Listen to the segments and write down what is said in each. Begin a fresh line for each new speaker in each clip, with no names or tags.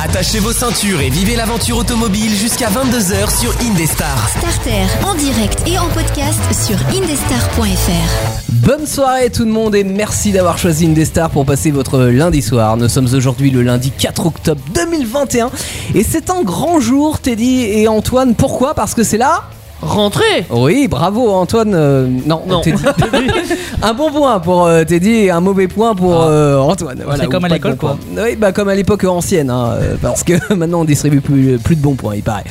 Attachez vos ceintures et vivez l'aventure automobile jusqu'à 22h sur Indestar.
Starter en direct et en podcast sur indestar.fr.
Bonne soirée tout le monde et merci d'avoir choisi Indestar pour passer votre lundi soir. Nous sommes aujourd'hui le lundi 4 octobre 2021 et c'est un grand jour Teddy et Antoine. Pourquoi Parce que c'est là
Rentrez
Oui, bravo Antoine. euh, non,
Non.
Teddy. un bon point pour euh, Teddy et un mauvais point pour euh, Antoine. Voilà,
Ah. comme
ou pas
à
de
l'école,
bons points. Oui, bah, comme à l'époque ancienne, hein, euh, parce que maintenant on distribue plus, plus de bons points, il paraît.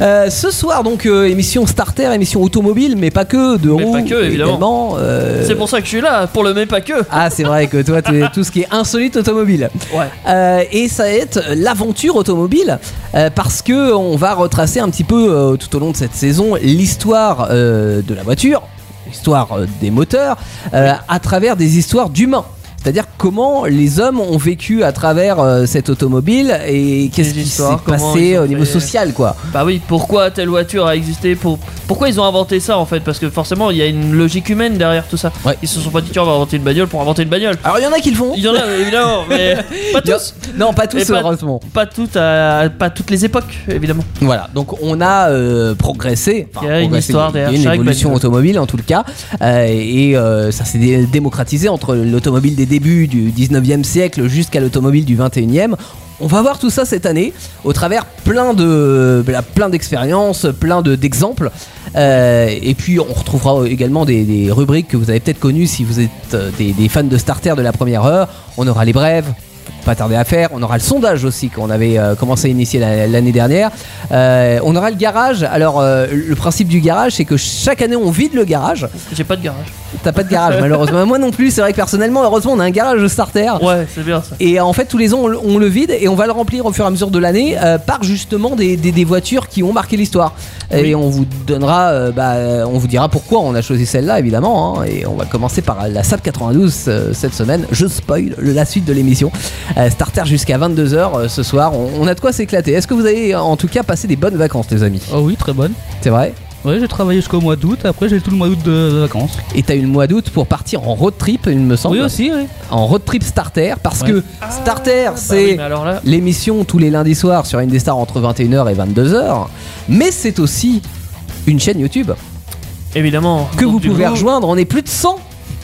Euh, ce soir, donc, euh, émission starter, émission automobile, mais pas que, de
Mais
roues,
pas que, évidemment.
également, euh,
C'est pour ça que je suis là, pour le mais pas que.
Ah, c'est vrai que toi, tu es tout ce qui est insolite automobile.
Ouais.
Euh, et ça va être l'aventure automobile euh, parce que on va retracer un petit peu euh, tout au long de cette saison l'histoire euh, de la voiture, l'histoire euh, des moteurs euh, à travers des histoires d'humains. C'est-à-dire comment les hommes ont vécu à travers euh, cette automobile et qu'est-ce qui s'est
histoires, comment
passé
ils ont
au niveau
fait-
social quoi.
Bah oui, pourquoi telle voiture a existé pour... Pourquoi ils ont inventé ça en fait Parce que forcément, il y a une logique humaine derrière tout ça.
Ouais.
Ils se sont pas dit, tiens, on va inventer une bagnole pour inventer une bagnole.
Alors il y en a qui le font.
Il y en a, évidemment, mais pas
Il y en-
tous.
Non, pas
Et
tous
pas-
heureusement.
Pas, toutes à- pas toutes les époques, évidemment.
Voilà, donc on a euh, progressé. Enfin,
Il y a une
progressé, il y
histoire
a
derrière
une
chaque
évolution
bagnole.
automobile en tout le cas. Euh, et euh, ça s'est dé- démocratisé entre l'automobile des débuts du 19e siècle jusqu'à l'automobile du 21e. On va voir tout ça cette année au travers plein de bla- plein d'expériences, plein de- d'exemples. Euh, et puis on retrouvera également des, des rubriques que vous avez peut-être connues si vous êtes euh, des, des fans de Starter de la première heure. On aura les brèves, pas tarder à faire. On aura le sondage aussi qu'on avait euh, commencé à initier la- l'année dernière. Euh, on aura le garage. Alors, euh, le principe du garage, c'est que chaque année, on vide le garage.
J'ai pas de garage.
T'as pas de garage, malheureusement. Moi non plus, c'est vrai que personnellement, heureusement, on a un garage starter.
Ouais, c'est bien ça.
Ah. Et en fait, tous les ans, on, le- on le vide et on va le remplir au fur et à mesure de l'année euh, par justement des, des- des voitures qui ont marqué l'histoire. Et
Oui.
on vous donnera, euh, bah, on vous dira pourquoi on a choisi celle-là, évidemment. hein. et on va commencer par la SAP 92 euh, cette semaine. Je spoil la suite de l'émission. Euh, starter jusqu'à 22h euh, ce soir. On, on a de quoi s'éclater. Est-ce que vous avez en tout cas passé des bonnes vacances, les amis
Oh oui, très bonne.
C'est vrai
Ouais, j'ai travaillé jusqu'au mois d'août, après j'ai tout le mois d'août de, de vacances.
Et t'as eu le mois d'août pour partir en road trip, il me semble.
Oui aussi, oui.
En road trip starter. Parce
Ouais.
que starter,
Bah oui,
c'est.
mais alors là,
l'émission tous les lundis soirs sur Indestar entre 21h et 22h, mais c'est aussi une chaîne YouTube
évidemment.
que
Donc,
vous
du
pouvez
coup,
rejoindre. On est plus de 100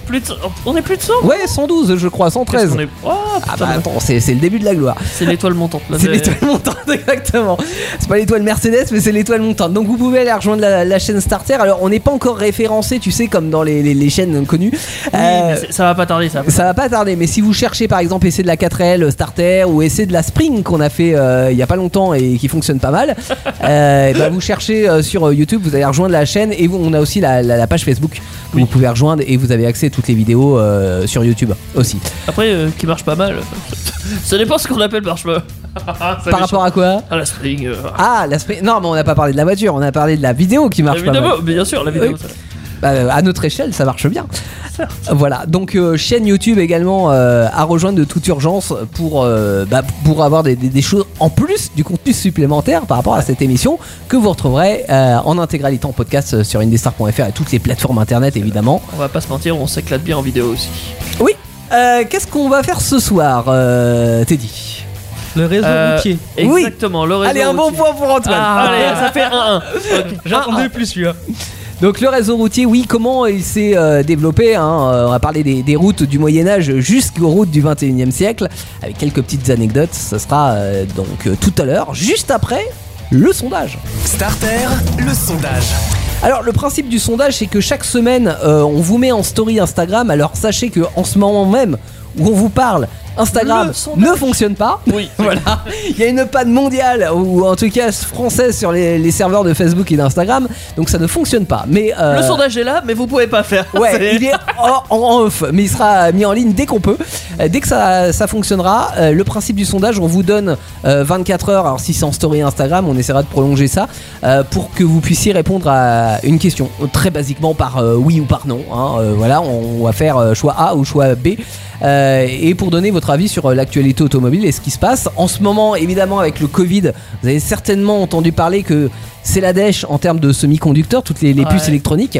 plus de- On est plus de 100
Ouais, 112, je crois,
Qu'est-ce
113.
qu'on est- Oh,
Ah
putain,
bah attends, c'est c'est le début de la gloire.
C'est l'étoile montante. là,
C'est l'étoile montante, exactement. C'est pas l'étoile Mercedes, mais c'est l'étoile montante. Donc vous pouvez aller rejoindre la, la chaîne Starter. Alors on n'est pas encore référencé, tu sais, comme dans les, les- les chaînes connues.
Oui,
Euh,
mais c'est- ça va pas tarder, ça.
Ça va pas tarder, mais si vous cherchez par exemple essayer de la 4L starter ou essayer de la spring qu'on a fait euh, il y a pas longtemps et qui fonctionne pas mal, euh, bah, vous cherchez euh, sur euh, YouTube, vous allez rejoindre la chaîne et vous- on a aussi la, la- la page Facebook que
Oui.
vous pouvez rejoindre et vous avez accès à toutes les vidéos euh, sur YouTube aussi.
Après, euh, qui marche pas mal. ça dépend ce qu'on appelle marche pas. Par
par rapport à quoi
à la spring. euh,
ah, la spring. Non, mais on n'a pas parlé de la voiture, on a parlé de la vidéo qui marche pas mal.
évidemment, mais bien sûr, la vidéo.
Oui.
ça.
Bah, euh, à notre échelle, ça marche bien. Voilà, donc euh, chaîne YouTube également euh, à rejoindre de toute urgence pour, euh, bah, pour avoir des, des- des choses en plus du contenu supplémentaire par rapport à cette émission que vous retrouverez euh, en intégralité en podcast euh, sur indestar.fr et toutes les plateformes internet évidemment.
On va pas se mentir, on s'éclate bien en vidéo aussi.
Oui, euh, qu'est-ce qu'on va faire ce soir, euh, Teddy
Le réseau
Euh,
routier.
Oui.
Exactement, le réseau.
Allez, un bon Euh.
routier.
point pour Antoine.
Ah, allez, ça fait 1-1.
J'attendais plus celui-là.
Donc le réseau routier, oui, comment il s'est euh, développé hein, euh, On va parler des, des routes du Moyen Âge jusqu'aux routes du 21e siècle, avec quelques petites anecdotes. Ça sera euh, donc euh, tout à l'heure, juste après le sondage.
Starter, le sondage.
Alors le principe du sondage, c'est que chaque semaine, euh, on vous met en story Instagram. Alors sachez que en ce moment même où on vous parle, Instagram
Le sondage.
ne fonctionne pas.
Oui,
Voilà, il y a une panne mondiale ou en tout cas française sur les, les serveurs de Facebook et d'Instagram, donc ça ne fonctionne pas. Mais euh,
le sondage est là, mais vous pouvez pas faire.
Ouais,
C'est-
il est en, en off, mais il sera mis en ligne dès qu'on peut. Euh, Dès que ça, ça fonctionnera, euh, le principe du sondage, on vous donne euh, 24 heures. Alors, si c'est en story Instagram, on essaiera de prolonger ça euh, pour que vous puissiez répondre à une question. Très basiquement, par euh, oui ou par non. hein. Euh, voilà, on, va faire euh, choix A ou choix B. Euh, et pour donner votre avis sur euh, l'actualité automobile et ce qui se passe. En ce moment, évidemment, avec le Covid, vous avez certainement entendu parler que c'est la dèche en termes de semi-conducteurs, toutes les, les
Ouais.
puces électroniques.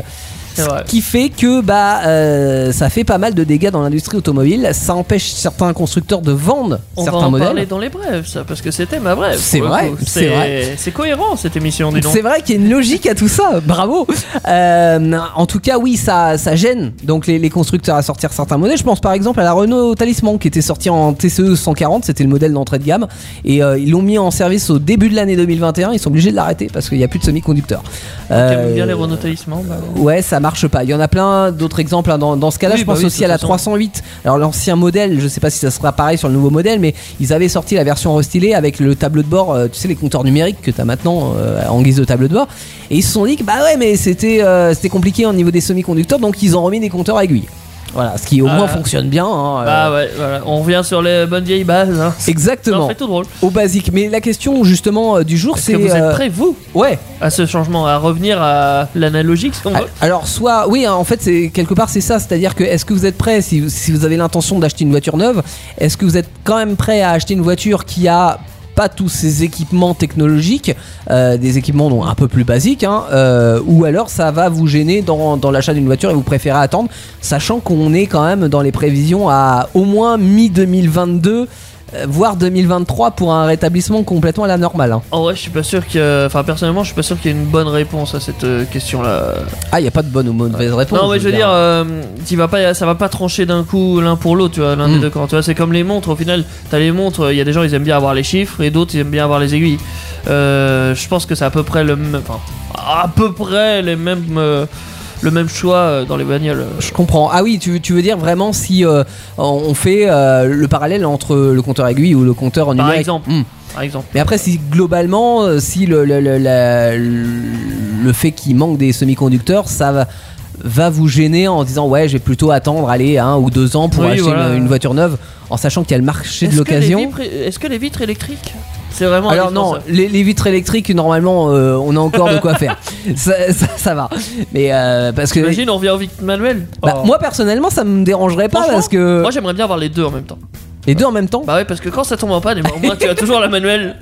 c'est vrai.
qui fait que bah euh, ça fait pas mal de dégâts dans l'industrie automobile. Ça empêche certains constructeurs de vendre
On va
certains
en
modèles.
parler dans les brèves, ça, parce que c'était ma brève.
C'est
pour le
vrai,
coup.
c'est vrai.
C'est cohérent cette émission, dis donc.
C'est vrai qu'il y a une logique à tout ça, bravo. Euh, en tout cas, oui, ça, ça gêne donc les, les constructeurs à sortir certains modèles. Je pense par exemple à la Renault Talisman qui était sortie en TCE 140, c'était le modèle d'entrée de gamme, et euh, ils l'ont mis en service au début de l'année 2021. Ils sont obligés de l'arrêter parce qu'il n'y a plus de semi-conducteurs.
T'aimes bien les
Euh,
Renault Talisman bah,
Ouais, ça marche pas. Il y en a plein d'autres exemples. hein. Dans, dans ce cas-là,
Oui,
je
bah
pense
oui,
aussi
de
à la
toute façon.
308. Alors l'ancien modèle, je sais pas si ça sera pareil sur le nouveau modèle, mais ils avaient sorti la version restylée avec le tableau de bord, euh, tu sais les compteurs numériques que t'as maintenant euh, en guise de tableau de bord. Et ils se sont dit que bah ouais, mais c'était euh, c'était compliqué au niveau des semi-conducteurs, donc ils ont remis des compteurs à aiguille. Voilà, ce qui au
Ah.
moins fonctionne bien. hein, euh,
Bah ouais, voilà. On revient sur les bonnes vieilles bases. Hein.
Exactement.
Non, c'est tout drôle.
Au basique. Mais la question justement euh, du jour,
Est-ce
c'est
que vous
euh,
êtes prêts, vous,
ouais.
à ce changement, à revenir à l'analogique, si on
Ah,
veut
Alors soit oui hein, en fait c'est quelque part c'est ça c'est-à-dire que est-ce que vous êtes prêt si, si vous avez l'intention d'acheter une voiture neuve est-ce que vous êtes quand même prêt à acheter une voiture qui a pas tous ces équipements technologiques euh, des équipements non, un peu plus basiques hein, euh, ou alors ça va vous gêner dans, dans l'achat d'une voiture et vous préférez attendre sachant qu'on est quand même dans les prévisions à au moins mi 2022 euh, voire 2023 pour un rétablissement complètement à la normale hein.
En vrai, je suis pas sûr que. Enfin, personnellement, je suis pas sûr qu'il y ait une bonne réponse à cette euh, question-là.
ah il y a pas de bonne ou mauvaise réponse
Non, mais je veux dire, euh, t'y vas pas, ça va pas trancher d'un coup l'un pour l'autre, tu vois, l'un
Mm.
des deux camps. Tu vois, c'est comme les montres. Au final, t'as les montres. Il y a des gens, ils aiment bien avoir les chiffres, et d'autres, ils aiment bien avoir les aiguilles. Euh, je pense que c'est à peu près le même, enfin, à peu près les mêmes, euh, le même choix euh, dans les bagnoles.
Je comprends. Ah oui, tu, veux- tu veux dire vraiment si euh, on fait euh, le parallèle entre le compteur aiguille ou le compteur en
Par
numérique
exemple.
Hmm.
Par exemple.
Mais après, si globalement, euh, si le, le, le- la- le fait qu'il manque des semi-conducteurs, ça va, va vous gêner en disant ouais, je vais plutôt attendre aller un ou deux ans pour
Oui,
acheter
voilà.
une, une voiture neuve, en sachant qu'il y a le marché de
Est-ce que les
l'occasion.
vitres- Est-ce que les vitres électriques C'est vraiment.
Alors non,
indispensable.
les, les vitres électriques, normalement, euh, on a encore de quoi faire. Ça, ça, ça va. Mais euh, parce que
Imagine, on revient aux vitres manuelles.
bah,
Oh.
moi personnellement, ça me dérangerait pas
Franchement,
parce que
Euh, Moi, j'aimerais bien avoir les deux en même temps.
les deux en même temps.
Bah ouais, parce que quand ça tombe en panne, et ben, au moins tu as toujours la manuelle.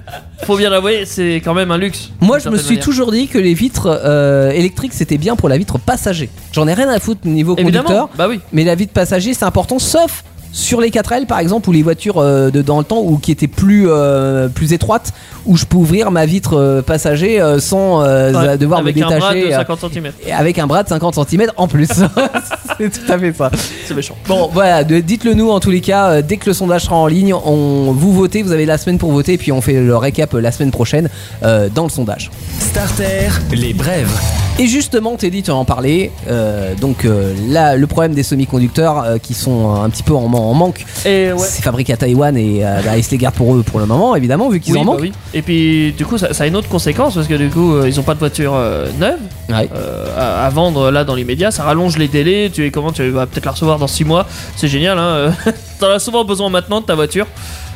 Faut bien l'avouer, c'est quand même un luxe.
Moi,
d'une
je me
certaine
suis
manière.
toujours dit que les vitres euh, électriques c'était bien pour la vitre passager. J'en ai rien à foutre niveau
Évidemment,
conducteur,
bah oui.
mais la vitre passager c'est important, sauf sur les 4L par exemple, ou les voitures euh, de dans le temps, ou qui étaient plus euh, plus étroites, où je peux ouvrir ma vitre euh, passager euh, sans euh,
Ouais,
devoir
avec
me
un bras de
détacher. euh,
50 cm.
et avec un bras de 50 cm en plus. c'est tout à fait ça.
C'est méchant.
Bon, voilà, de- dites-le nous en tous les cas. euh, dès que le sondage sera en ligne, on, vous votez, vous avez la semaine pour voter, et puis on fait le récap euh, la semaine prochaine euh, dans le sondage.
Starter, les brèves.
Et justement, Teddy, tu en parlais. euh, donc, euh, là, le problème des semi-conducteurs euh, qui sont un petit peu en, man- en manque,
Et Eh ouais.
c'est fabriqué à Taïwan et euh, bah, ils se les gardent pour eux pour le moment, évidemment, vu qu'ils
Oui,
en
bah
manquent.
oui. Et puis, du coup, ça, ça a une autre conséquence parce que du coup, euh, ils ont pas de voiture euh, neuve
Ouais.
euh, à, à vendre là dans les médias. Ça rallonge les délais. Tu les commandes, tu vas peut-être la recevoir dans 6 mois. C'est génial. Hein. euh, T'en as souvent besoin maintenant de ta voiture.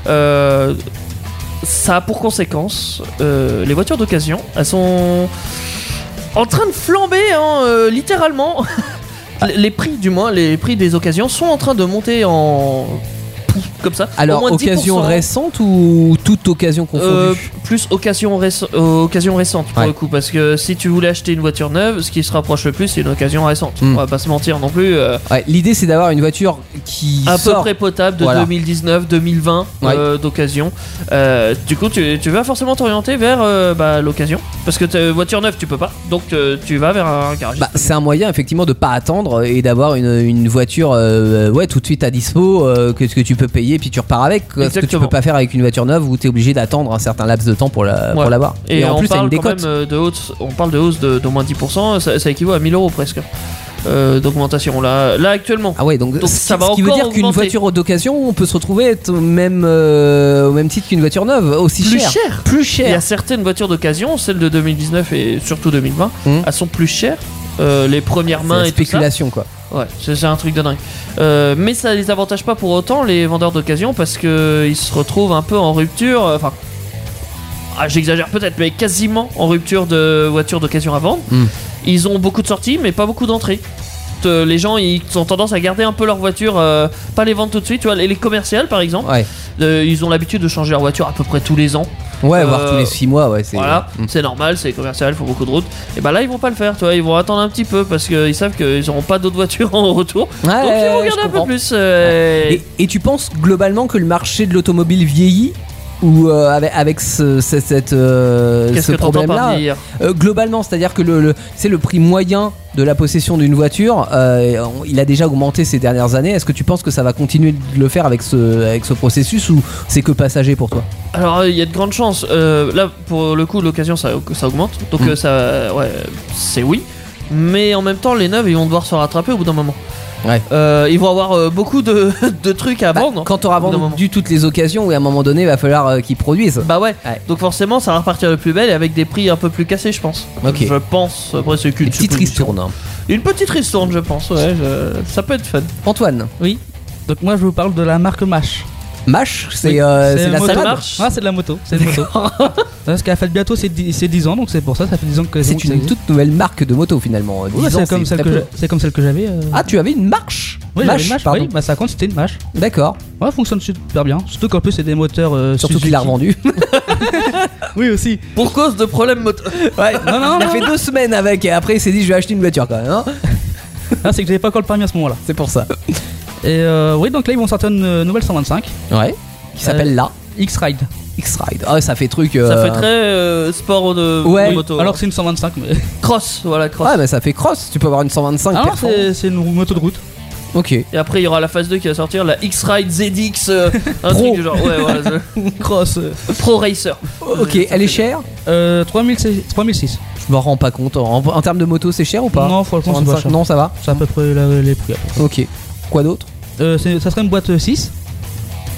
Euh, ça a pour conséquence euh, les voitures d'occasion. Elles sont en train de flamber, hein, euh, littéralement. Les- les prix, du moins, les prix des occasions sont en train de monter en Pouf, comme ça. Au
Alors,
moins
occasion
10%.
récente ou toute occasion confondue
Euh, plus occasion, réce- euh, occasion récente pour
Ouais.
le coup, parce que si tu voulais acheter une voiture neuve, ce qui se rapproche le plus, c'est une occasion récente.
Mm.
On va pas se mentir non plus. euh,
Ouais, L'idée, c'est d'avoir une voiture qui
à peu
sort.
près potable de
Voilà.
2019, 2020
Ouais.
euh, d'occasion. Euh, du coup, tu, tu vas forcément t'orienter vers euh, bah, l'occasion, parce que t'as- voiture neuve, tu peux pas. Donc euh, tu vas vers un garage.
Bah, c'est un moyen effectivement de pas attendre et d'avoir une, une voiture euh, ouais tout de suite à dispo euh, que, que tu peux payer puis tu repars avec quoi. ce que tu
Exactement.
peux pas faire avec une voiture neuve où tu es obligé d'attendre un certain laps de temps pour la pour
Ouais.
l'avoir
Et, on
t'as
parle quand même euh, de hausse, on parle de hausse de, d'au moins 10%, ça, ça équivaut à 1000 euros presque euh, d'augmentation là, là actuellement.
Ah ouais, donc,
euh, Donc
ce-
ça va
ce qui veut
encore
dire qu'une
augmenter.
voiture d'occasion, on peut se retrouver être au même, euh, au même titre qu'une voiture neuve, aussi
Plus
chère.
cher.
Plus
Il y
cher.
a certaines voitures d'occasion, celles de 2019 et surtout 2020,
Mhm.
elles sont plus chères. euh, les premières
C'est
mains
la
et tout ça.
spéculation quoi.
Ouais, c'est c'est un truc de dingue. Euh, mais ça les avantage pas pour autant les vendeurs d'occasion parce que ils se retrouvent un peu en rupture. euh, Enfin, ah, j'exagère peut-être, mais quasiment en rupture de voitures d'occasion à vendre.
Mm.
Ils ont beaucoup de sorties, mais pas beaucoup d'entrées. ventes, euh, les gens ils ont tendance à garder un peu leur voiture, euh, pas les vendre tout de suite. Tu vois, les les commerciales par exemple,
Ouais,
euh, ils ont l'habitude de changer leur voiture à peu près tous les ans.
ouais
Euh,
voir tous les 6 mois, ouais, c'est.
Voilà,
Mm.
c'est normal, c'est commercial, il faut beaucoup de routes. Et bah là, ils vont pas le faire, tu vois, ils vont attendre un petit peu parce qu'ils savent qu'ils auront pas d'autres voitures en retour.
Ouais,
Donc ils vont
je
regarder un peu
comprends.
plus. euh,
Et, et tu penses globalement que le marché de l'automobile vieillit ou euh, avec, avec ce, ce- cette, euh,
Qu'est-ce
ce
que t'entends par
problème-là
vieillir
Euh, Globalement, c'est-à-dire que le, le- c'est le prix moyen de la possession d'une voiture, euh, on- il a déjà augmenté ces dernières années. Est-ce que tu penses que ça va continuer de le faire avec ce, avec ce processus ou c'est que passager pour toi
Alors euh, il y a de grandes chances. Euh, là, pour le coup, l'occasion ça, ça augmente, donc
Mm.
euh, ça, ouais, c'est oui. Mais en même temps, les neufs, ils vont devoir se rattraper au bout d'un moment.
Ouais.
Euh, ils vont avoir euh, beaucoup de, de trucs à
Bah,
vendre.
Quand tu auras
Ah au bout d'un moment.
vendu toutes les occasions, oui, à un moment donné, il va falloir euh, qu'ils produisent.
Bah ouais.
Ouais.
Donc forcément, ça va repartir le plus belle et avec des prix un peu plus cassés, je pense.
Ok.
Je pense. Après, c'est qu'une
Une petite
supposition.
ristourne. hein.
Une petite ristourne, je pense. Ouais, je- ça peut être fun.
Antoine,
Oui. Donc moi je vous parle de la marque Mash.
mâche, c'est
Oui,
euh, c'est
une
la
moto.
salade
Marche.
Ah, c'est de la moto. C'est une moto. Parce qu'elle fête bientôt ses 10, ses 10 ans, donc c'est pour ça, ça fait 10 ans que
C'est
que ça
une
existe.
toute nouvelle marque de moto finalement.
Ouais,
10 ans,
c'est comme,
très
celle que
peu.
j'a- c'est comme celle que j'avais. euh,
Ah, tu avais une marche
oui, j'avais
Mâche,
une mâche,
pardon.
oui, bah 50 c'était une mâche.
D'accord.
Ouais, elle fonctionne super bien. Surtout qu'en plus c'est des moteurs. euh,
Surtout
Suzuki.
qu'il l'a revendu.
Oui aussi.
Pour cause de problèmes moto.
ouais, non, non, Il a fait deux semaines avec et après il s'est dit je vais acheter une voiture quand même. hein.
Ah, c'est que j'avais pas encore le permis à ce moment-là.
C'est pour ça.
Et euh, oui, donc là ils vont sortir une euh, nouvelle 125
Ouais. Qui s'appelle la
X-Ride.
X-Ride. Ah, ça fait truc.
Ça
euh,
fait très euh, sport de,
Ouais.
de moto. Ah.
Alors que c'est une 125, mais.
cross, voilà cross.
Ouais, mais ça fait cross. Tu peux avoir une 125
Ah non,
performant.
c'est c'est une roue- moto de route.
Ok.
Et après, il y aura la phase 2 qui va sortir, la X-Ride ZX, euh, un
Pro.
truc du genre. Ouais, voilà, c'est-
Cross.
Pro Racer.
Ok, elle est chère
Euh, 3006. 3006.
Je m'en rends pas compte. En, en termes de moto, c'est cher ou pas
Non, franchement, c'est pas
125,
cher.
Non, ça va
C'est à peu près la- les prix. à peu près.
Ok. Quoi d'autre
Euh, c'est- ça serait une boîte euh, 6.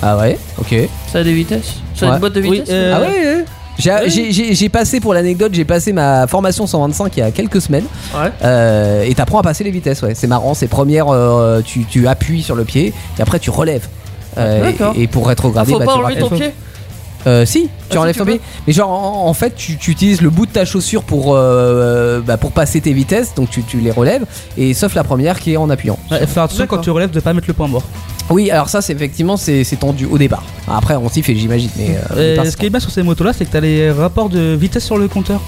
Ah ouais Ok.
Ça a des vitesses Ça a
Ouais.
une boîte de
Oui,
vitesse
euh,
Ah ouais, ouais. J'ai-
Ouais.
j'ai- J'ai j'ai passé pour l'anecdote, j'ai passé ma formation 125 il y a quelques semaines.
Ouais.
Euh, et t'apprends à passer les vitesses, ouais. C'est marrant, c'est première, euh, tu, tu appuies sur le pied, et après tu relèves. Euh,
D'accord.
et, et pour
Ah,
rétrograder,
Faut
bah,
pas
tu
enlever
rappelles.
ton pied
Euh, si, tu
si,
enlèves
tu
ton
peux.
pied. Mais genre, en, en fait, tu, tu utilises le bout de ta chaussure pour, euh, bah, pour passer tes vitesses, donc tu, tu les relèves, et sauf la première qui est en appuyant.
Ouais, faire attention
D'accord.
quand tu relèves de pas mettre le point mort.
Oui, alors ça, c'est effectivement, c'est c'est tendu au départ. Après, on s'y fait, j'imagine. Mais euh, au
Et
départ,
ce qui est bien sur ces motos là, c'est que t'as les rapports de vitesse sur le compteur.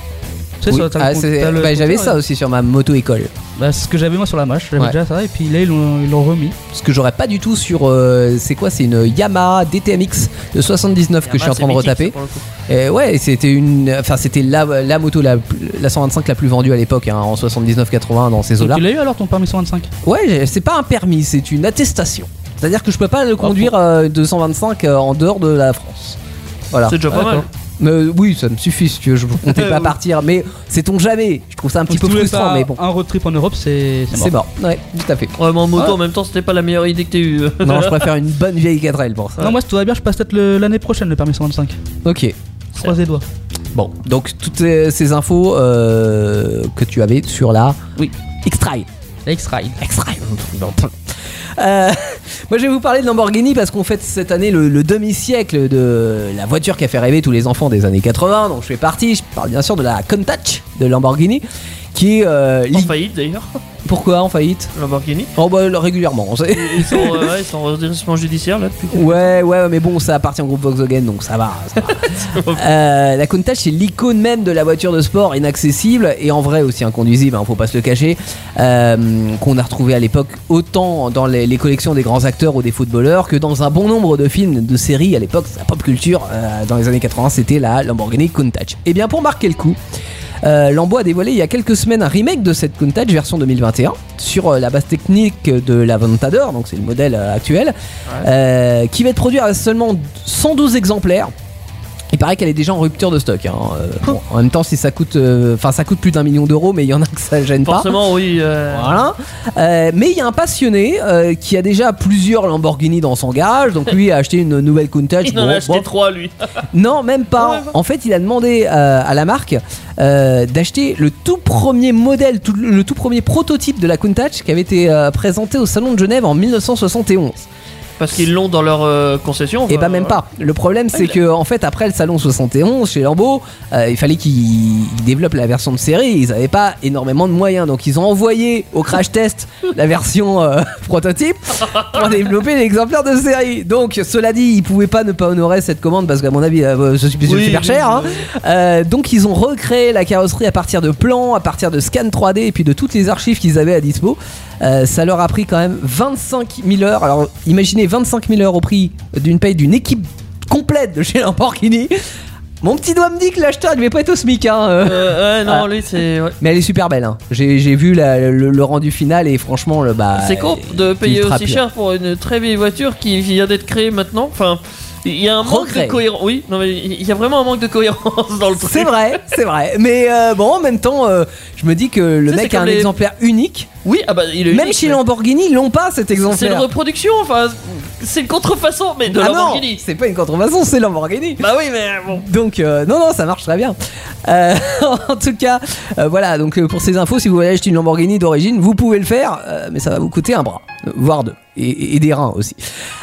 Tu sais,
Oui.
sur- t'as le
Ah,
compte-
c'est-
t'as le
bah, j'avais
compteur,
ça aussi sur ma moto école.
et- Bah, c'est ce que j'avais moi sur la mâche, j'avais
Ouais.
déjà ça, et puis là ils l'ont ils l'ont remis.
Ce que j'aurais pas du tout sur. euh, c'est quoi C'est une Yamaha DTMX de 79 que je suis
Ah, bah,
en train de retaper. Et ouais, c'était une. Enfin, c'était la, la moto, la, la 125 la plus vendue à l'époque, hein, en 79-80 dans ces
Donc,
eaux-là.
tu l'as eu alors ton permis 125
Ouais, j'ai- c'est pas un permis, c'est une attestation. C'est-à-dire que je peux pas le conduire euh, de 125 euh, en dehors de la France. Voilà.
C'est déjà pas mal.
D'accord.
Mais, euh, oui, ça me suffit si tu veux, je comptais pas
Oui.
partir, mais c'est ton jamais. Je trouve ça un petit
Donc,
peu
si tu voulais
frustrant,
faire
mais bon.
Un road trip en Europe, c'est
C'est
mort.
mort. Ouais, tout à fait.
Ouais, mais en moto
Ouais.
en même temps, c'était pas la meilleure idée que t'aies eue.
Ah.
euh,
Non, je préfère une bonne vieille quadrelle pour ça.
Non, moi si tout va bien, je passe peut-être le- l'année prochaine le permis 125.
Ok.
Je croise les doigts.
Bon, donc toutes ces, ces infos euh, que tu avais sur la
Oui.
X-Trail.
La X-Ride.
X-Trail. Non, pff. Euh, moi, je vais vous parler de Lamborghini parce qu'on fête cette année le, le demi-siècle de la voiture qui a fait rêver tous les enfants des années 80. Donc, je fais partie. Je parle bien sûr de la Countach de Lamborghini, qui est euh,
En
li-
faillite d'ailleurs,
pourquoi en faillite
Lamborghini.
Oh bah régulièrement. c'est-
Ils sont, euh, ouais, ils sont en redressement judiciaire là depuis.
Ouais, ouais, mais bon, ça appartient au groupe Volkswagen, donc ça va. ça va. Euh, la Countach, c'est l'icône même de la voiture de sport, inaccessible et en vrai aussi inconduisible, hein, faut pas se le cacher, euh, qu'on a retrouvé à l'époque autant dans les, les collections des grands acteurs ou des footballeurs que dans un bon nombre de films, de séries à l'époque, la pop culture euh, dans les années 80, c'était la Lamborghini Countach. Et bien, pour marquer le coup, euh, Lambo a dévoilé il y a quelques semaines un remake de cette Countach version 2021 sur euh, la base technique de l'Aventador, donc c'est le modèle euh, actuel, euh, qui va être produit à seulement 112 exemplaires. Il paraît qu'elle est déjà en rupture de stock. hein. Euh, bon, en même temps, si ça coûte, euh, enfin ça coûte plus d'un million d'euros, mais il y en a que ça gêne pas.
Forcément, oui. euh,
Voilà. Euh, mais il y a un passionné euh, qui a déjà plusieurs Lamborghini dans son garage, donc lui a acheté une nouvelle Countach.
Il en
Bon,
a acheté
bon,
trois lui.
non, même
Ouais,
pas.
ouais.
En fait, il a demandé euh, à la marque euh, d'acheter le tout premier modèle, tout- le tout premier prototype de la Countach qui avait été euh, présenté au Salon de Genève en 1971.
Parce qu'ils l'ont dans leur euh, concession.
Et
enfin,
bah même pas. Le problème c'est que en fait après le salon 71 chez Lambeau, euh, il fallait qu'ils ils développent la version de série. Ils n'avaient pas énormément de moyens, donc ils ont envoyé au crash test la version euh, prototype pour développer l'exemplaire de série. Donc cela dit, ils pouvaient pas ne pas honorer cette commande parce qu'à mon avis, euh, ce supplément
Oui,
super
oui,
cher. hein.
oui,
Euh, donc ils ont recréé la carrosserie à partir de plans, à partir de scans 3D et puis de toutes les archives qu'ils avaient à dispo. Euh, ça leur a pris quand même 25 000 heures. Alors imaginez 25 000 heures au prix d'une paye d'une équipe complète de chez Lamborghini. Mon petit doigt me dit que l'acheteur il devait pas être au SMIC. Hein, euh.
Euh, ouais, non,
Ah.
lui, c'est. ouais.
Mais elle est super belle. Hein. J'ai j'ai vu la- le, le rendu final et franchement, le, bah.
C'est con de
il
payer
frappe,
aussi
là.
cher pour une très vieille voiture qui vient d'être créée maintenant. Enfin, il y a un manque
Regret.
de cohérence. Oui, non, mais il y a vraiment un manque de cohérence dans le truc.
C'est vrai, c'est vrai. Mais euh, bon, en même temps, euh, je me dis que le
Tu sais,
mec
c'est
a un
comme les-
exemplaire unique.
Oui, ah bah, il est
Même
unique,
chez
mais
Lamborghini, ils l'ont pas cet exemplaire.
C'est une reproduction, enfin, c'est une contrefaçon, mais de
ah non,
Lamborghini.
c'est pas une contrefaçon, c'est Lamborghini.
Bah oui, mais bon.
Donc euh, non non ça marche très bien. Euh, en tout cas euh, voilà donc euh, pour ces infos si vous voulez acheter une Lamborghini d'origine vous pouvez le faire euh, mais ça va vous coûter un bras euh, voire deux et, et des reins aussi.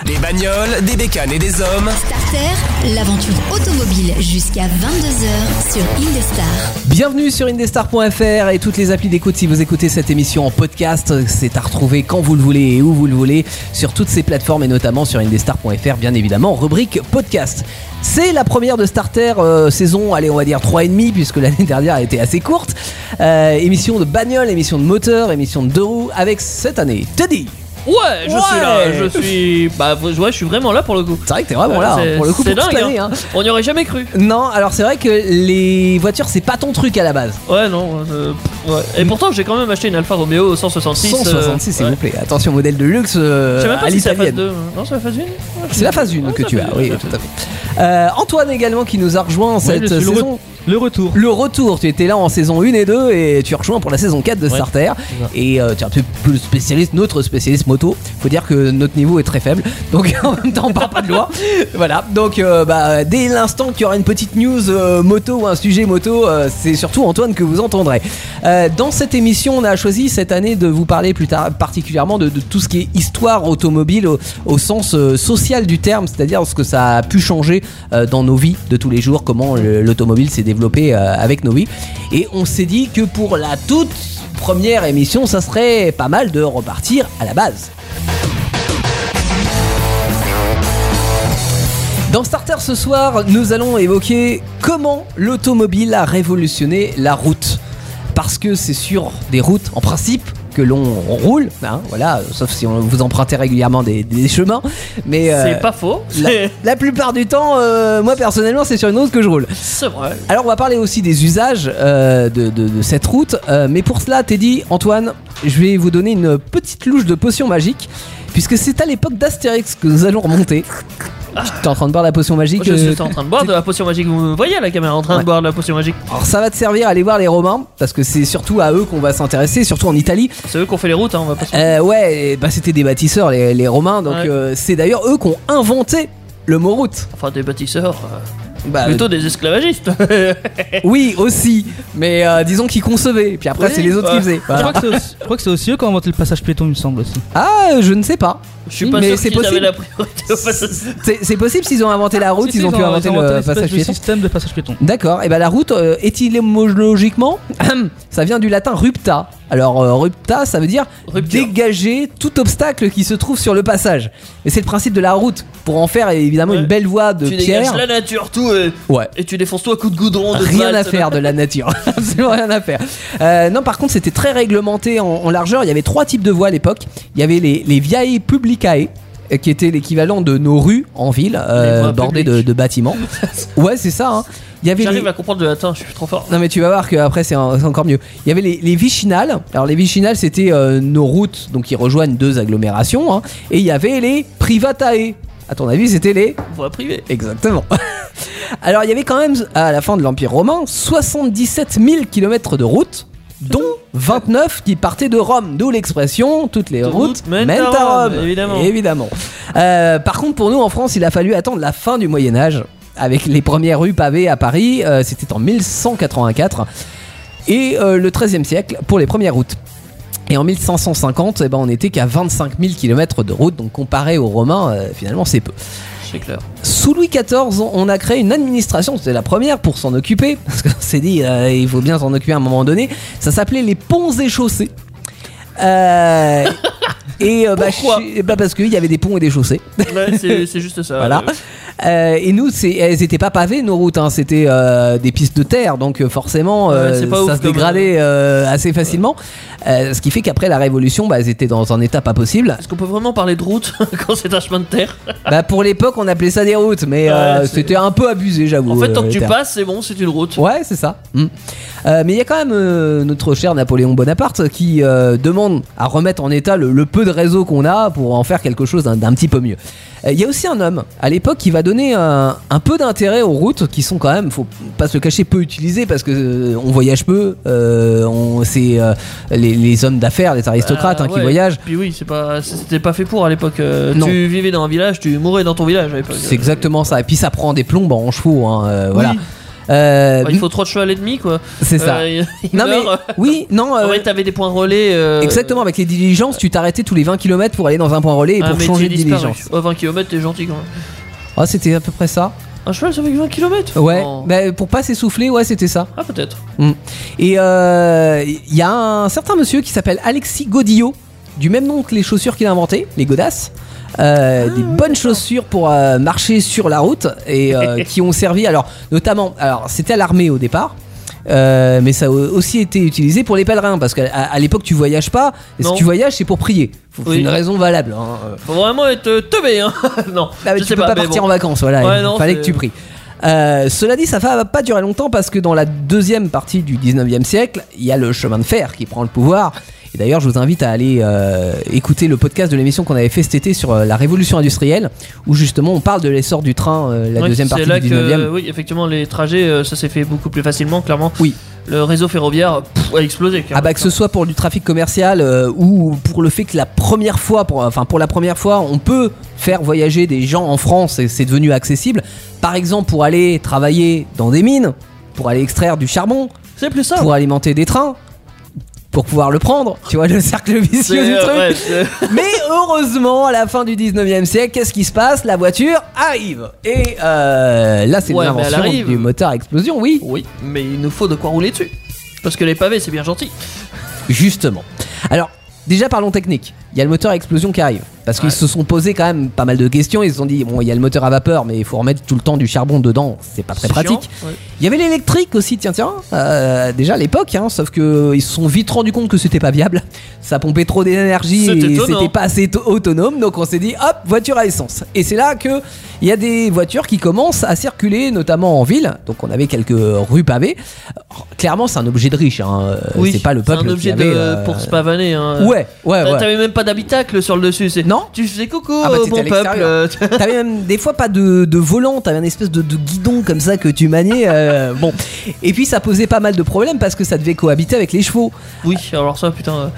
Des bagnoles, des bécanes et des hommes.
Starter, l'aventure automobile jusqu'à 22h sur Indestar.
Bienvenue sur indestar.fr et toutes les applis d'écoute si vous écoutez cette émission en podcast euh, c'est à retrouver quand vous le voulez et où vous le voulez sur toutes ces plateformes et notamment sur indestar.fr bien évidemment rubrique podcast. C'est la première de Starter euh, saison, allez on va dire 3,5 puisque l'année dernière a été assez courte. Euh, émission de bagnole, émission de moteur, émission de deux roues avec cette année Teddy.
Ouais, je suis là,
Ouais.
je suis. Bah ouais, je suis vraiment là pour le coup. Euh,
C'est vrai que t'es vraiment là
C'est-
hein, pour le coup
c'est
pour toute
dingue,
l'année,
hein.
hein.
On n'y aurait jamais cru.
Non, alors c'est vrai que les voitures c'est pas ton truc à la base.
Ouais, non. euh, pff, ouais. Et pourtant, j'ai quand même acheté une Alfa Romeo 166. euh,
166 s'il
ouais.
vous plaît. Attention modèle de luxe euh,
Je sais même pas
à
si c'est la phase Ah,
l'italienne.
2. Non, c'est la phase 1
C'est la phase 1 que tu as, oui, tout à fait. Euh, Antoine également qui nous a rejoint cette
je suis le
saison.
re- Le retour.
Le retour, tu étais là en saison 1 et 2 et tu rejoins pour la saison 4 de Starter. Et euh, tu es un peu plus spécialiste, notre spécialiste moto. Faut dire que notre niveau est très faible. Donc en même temps, on part pas de loin. Voilà. Donc euh, bah, dès l'instant qu'il y aura une petite news euh, moto ou un sujet moto, euh, c'est surtout Antoine que vous entendrez. Euh, dans cette émission, on a choisi cette année de vous parler plus tard particulièrement de, de tout ce qui est histoire automobile au, au sens euh, social du terme, c'est-à-dire ce que ça a pu changer euh, dans nos vies de tous les jours, comment le- l'automobile s'est développée euh, avec nos vies. Et on s'est dit que pour la toute première émission, ça serait pas mal de repartir à la base. Dans Starter ce soir, nous allons évoquer comment l'automobile a révolutionné la route. Parce que c'est sur des routes, en principe, que l'on roule, hein, voilà, euh, sauf si on vous empruntez régulièrement des, des chemins, mais euh,
C'est pas faux.
la,
C'est
la plupart du temps, euh, moi personnellement, c'est sur une route que je roule.
c'est vrai.
Alors on va parler aussi des usages euh, de, de- de cette route, euh, mais pour cela, Teddy, Antoine, je vais vous donner une petite louche de potion magique, puisque c'est à l'époque d'Astérix que nous allons remonter. T'es en train de boire la potion magique
Ah. Je
euh,
suis en train de boire de la potion magique. Vous me voyez à la caméra en train
Ouais.
de boire de la potion magique.
Alors ça va te servir à aller voir les Romains, parce que c'est surtout à eux qu'on va s'intéresser, surtout en Italie.
C'est eux qu'on fait les routes, hein, on va pas se
Euh, ouais, et bah, c'était des bâtisseurs, les, les Romains, donc
Ouais.
euh, c'est d'ailleurs eux qui ont inventé le mot route.
Enfin, des bâtisseurs. euh,
Bah,
plutôt des esclavagistes.
oui, aussi, mais euh, disons qu'ils concevaient, et puis après
Oui,
c'est les autres
ouais.
qui faisaient.
Je
Voilà.
crois que c'est aussi- je crois que c'est aussi eux qui ont inventé le passage piéton, il me semble aussi.
Ah, euh, je ne sais pas.
Je suis pas
Mais c'est
sûr qu'ils
possible.
avaient la Ah, priorité au passage.
C'est c'est possible s'ils ont inventé la route,
Si, si,
ils ont pu inventer
inventé
le
l'espèce
passage
de
piéton.
système de passage piéton.
D'accord, et bah la route, euh, étymologiquement, ça vient du latin rupta. Alors euh, rupta, ça veut dire
Rupture.
dégager tout obstacle qui se trouve sur le passage. Et c'est le principe de la route, pour en faire évidemment
Ouais.
une belle voie de
tu
pierre.
dégages la nature, tout, et,
Ouais.
et tu défonces toi à coups de goudron. De
Rien à
balle, ça
faire de la nature, absolument rien à faire. Euh, non, par contre, c'était très réglementé en, en largeur. Il y avait trois types de voies à l'époque. Il y avait les, les viae publicae, euh, qui étaient l'équivalent de nos rues en ville, euh,
voies
bordées de,
publiques.
de bâtiments. ouais, c'est ça. hein. Il y avait
J'arrive
les-
à comprendre le latin, je suis trop fort.
Non mais tu vas voir qu'après c'est en- c'est encore mieux. Il y avait les, les vichinales. Alors les vichinales c'était euh, nos routes donc qui rejoignent deux agglomérations. hein. Et il y avait les privatae. À ton avis c'était les
Voie privée.
Exactement. Alors, il y avait quand même, à la fin de l'Empire romain, 77 000 km de routes, dont 29 qui partaient de Rome. D'où l'expression toutes les
Toutes
routes
mènent à Rome, évidemment.
Euh, par contre, pour nous en France, il a fallu attendre la fin du Moyen-Âge, avec les premières rues pavées à Paris. euh, C'était en 1184. Et euh, le 13e siècle pour les premières routes. Et en 1550, eh ben, on n'était qu'à 25 000 km de route, donc comparé aux Romains, euh, finalement c'est peu.
C'est clair.
Sous Louis XIV, on a créé une administration, c'était la première pour s'en occuper, parce qu'on s'est dit, euh, il faut bien s'en occuper à un moment donné. Ça s'appelait les ponts et chaussées. Euh, et euh, bah,
Pourquoi
je suis- bah, parce qu'il y avait des ponts et des chaussées.
Ouais, c'est c'est juste ça.
Voilà.
Euh,
Euh, et nous, c'est- elles n'étaient pas pavées nos routes, hein. c'était euh, des pistes de terre, donc euh, forcément euh,
Ouais, c'est pas ouf
ça se
comme-
dégradait euh, assez facilement. Euh, ce qui fait qu'après la Révolution, bah, elles étaient dans un état pas possible.
Est-ce qu'on peut vraiment parler de route quand c'est un chemin de terre
bah, pour l'époque, on appelait ça des routes, mais
Ouais,
euh,
c'est-
c'était un peu abusé, j'avoue.
En fait, tant
euh,
que
les
tu
terres.
passes, c'est bon, c'est une route.
Ouais, c'est ça. Mm. Euh, mais il y a quand même euh, notre cher Napoléon Bonaparte qui euh, demande à remettre en état le, le peu de réseau qu'on a pour en faire quelque chose d'un d'un petit peu mieux. Euh, Il y a aussi un homme à l'époque qui va donner un, un peu d'intérêt aux routes qui sont quand même, faut pas se le cacher, peu utilisées parce que euh, on voyage peu. euh, on- c'est euh, les, les hommes d'affaires, les aristocrates
Euh,
hein, qui
ouais.
voyagent.
Puis oui, c'est pas, c'était pas fait pour à l'époque. Euh,
Non.
Tu vivais dans un village, tu mourais dans ton village à l'époque.
C'est exactement ça. Et puis ça prend des plombes en chevaux. hein, euh, Voilà.
Oui.
Euh,
Bah, il faut trois chevaux et demi, quoi.
C'est ça.
Euh, une
non mais
heure,
oui, non.
euh,
euh,
ouais, t'avais des points relais. euh,
Exactement, avec les diligences, tu t'arrêtais tous les 20 km pour aller dans un point relais et
un
pour
métier
changer de
disparu.
diligence.
Oh, 20 km, t'es gentil quand même.
Oh, c'était à peu près ça.
Un cheval, ça fait que 20 km
Ouais, bah, pour pas s'essouffler, ouais, c'était ça.
Ah, peut-être.
Mm. Et euh, il y a un certain monsieur qui s'appelle Alexis Godillot, du même nom que les chaussures qu'il a inventées, les godasses. Euh,
Ah,
des bonnes chaussures pour euh, marcher sur la route et euh, qui ont servi alors notamment alors c'était à l'armée au départ euh, mais ça a aussi été utilisé pour les pèlerins parce qu'à à- à l'époque tu voyages pas et
Non.
si tu voyages c'est pour prier Faut- c'est
Oui.
une raison valable hein, euh.
Faut vraiment être euh, teubé, hein. non,
Ah, mais
je
tu
sais
peux pas,
mais
partir
bon.
en vacances, voilà.
Ouais,
il
non,
fallait
c'est-
que tu pries. Euh, cela dit, ça va pas durer longtemps parce que dans la deuxième partie du 19e siècle, il y a le chemin de fer qui prend le pouvoir. Et d'ailleurs, je vous invite à aller euh, écouter le podcast de l'émission qu'on avait fait cet été sur euh, la révolution industrielle, où justement on parle de l'essor du train, euh, la
Ouais,
deuxième
c'est
partie
là
du
que,
19e.
Oui, effectivement, les trajets, euh, ça s'est fait beaucoup plus facilement, clairement.
Oui.
Le réseau ferroviaire pff, a explosé.
Ah
clairement.
bah que ce soit pour du trafic commercial euh, ou pour le fait que la première fois, pour, enfin pour la première fois, on peut faire voyager des gens en France et c'est devenu accessible. Par exemple pour aller travailler dans des mines, pour aller extraire du charbon,
C'est plus ça.
pour alimenter des trains, pour pouvoir le prendre. Tu vois le cercle
C'est,
vicieux du
euh,
truc.
ouais, c'est-
Mais heureusement, à la fin du 19e siècle, qu'est-ce qui se passe La voiture arrive. Et euh, là, c'est
Ouais, mais elle
l'invention
arrive.
du moteur à explosion, oui.
Oui, mais il nous faut de quoi rouler dessus. Parce que les pavés, c'est bien gentil.
Euh, Justement. Alors, déjà parlons technique. Il y a le moteur à explosion qui arrive. Parce qu'ils
Ouais.
se sont posés quand même pas mal de questions. Ils se sont dit, bon, il y a le moteur à vapeur, mais il faut remettre tout le temps du charbon dedans. C'est pas très
C'est
pratique.
chiant, ouais.
Il y avait l'électrique aussi, tiens, tiens. euh, déjà à l'époque, hein, sauf que ils se sont vite rendu compte que c'était pas viable. Ça pompait trop d'énergie
C'était
et
étonnant.
c'était pas assez to- autonome. Donc on s'est dit, hop, voiture à essence. Et c'est là que il y a des voitures qui commencent à circuler, notamment en ville. Donc on avait quelques rues pavées. Alors, clairement, c'est un objet de riche. Hein. euh,
Oui,
c'est pas le peuple
un
qui
objet
avait,
de-
euh,
pour se pavaner. hein.
Ouais, ouais,
T'as-
ouais.
T'avais même pas d'habitacle sur le dessus. c'est-
Non.
Tu faisais coucou,
Ah bah,
euh,
t'étais à
bon peuple.
l'extérieur.
euh,
T'avais même des fois pas de, de volant, t'avais un espèce de, de guidon comme ça que tu maniais. euh, bon, et puis ça posait pas mal de problèmes parce que ça devait cohabiter avec les chevaux.
oui, alors ça, putain.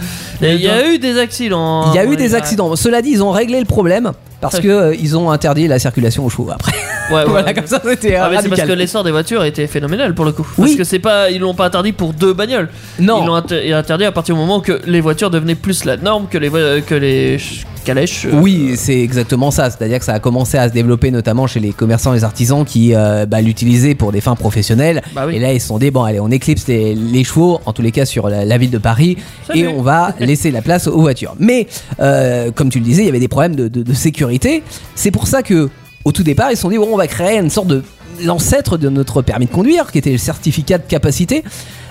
euh, Il y a eu des accidents.
Il y a
hein,
eu des
ouais.
accidents. Cela dit, ils ont réglé le problème parce que euh, ils ont interdit la circulation aux chevaux après.
Ah Ouais, ouais,
voilà,
ouais.
comme ça, c'était
Ah,
euh,
mais c'est parce
radical.
que l'essor des voitures était phénoménal pour le coup. Parce
Oui.
que c'est pas, ils l'ont pas interdit pour deux bagnoles. Ils l'ont
Non,
inter- interdit à partir du moment que les voitures devenaient plus la norme que les vo- que les ch- calèches. euh,
oui, c'est exactement ça. C'est-à-dire que ça a commencé à se développer notamment chez les commerçants et les artisans qui euh, bah, l'utilisaient pour des fins professionnelles.
Bah oui.
Et là, ils se sont dit bon, allez, on éclipse les, les chevaux, en tous les cas sur la, la ville de Paris,
Salut.
et on va laisser la place aux voitures. Mais euh, comme tu le disais, il y avait des problèmes de, de- de sécurité. C'est pour ça que au tout départ, ils se sont dit bon, on va créer une sorte de l'ancêtre de notre permis de conduire, qui était le certificat de capacité,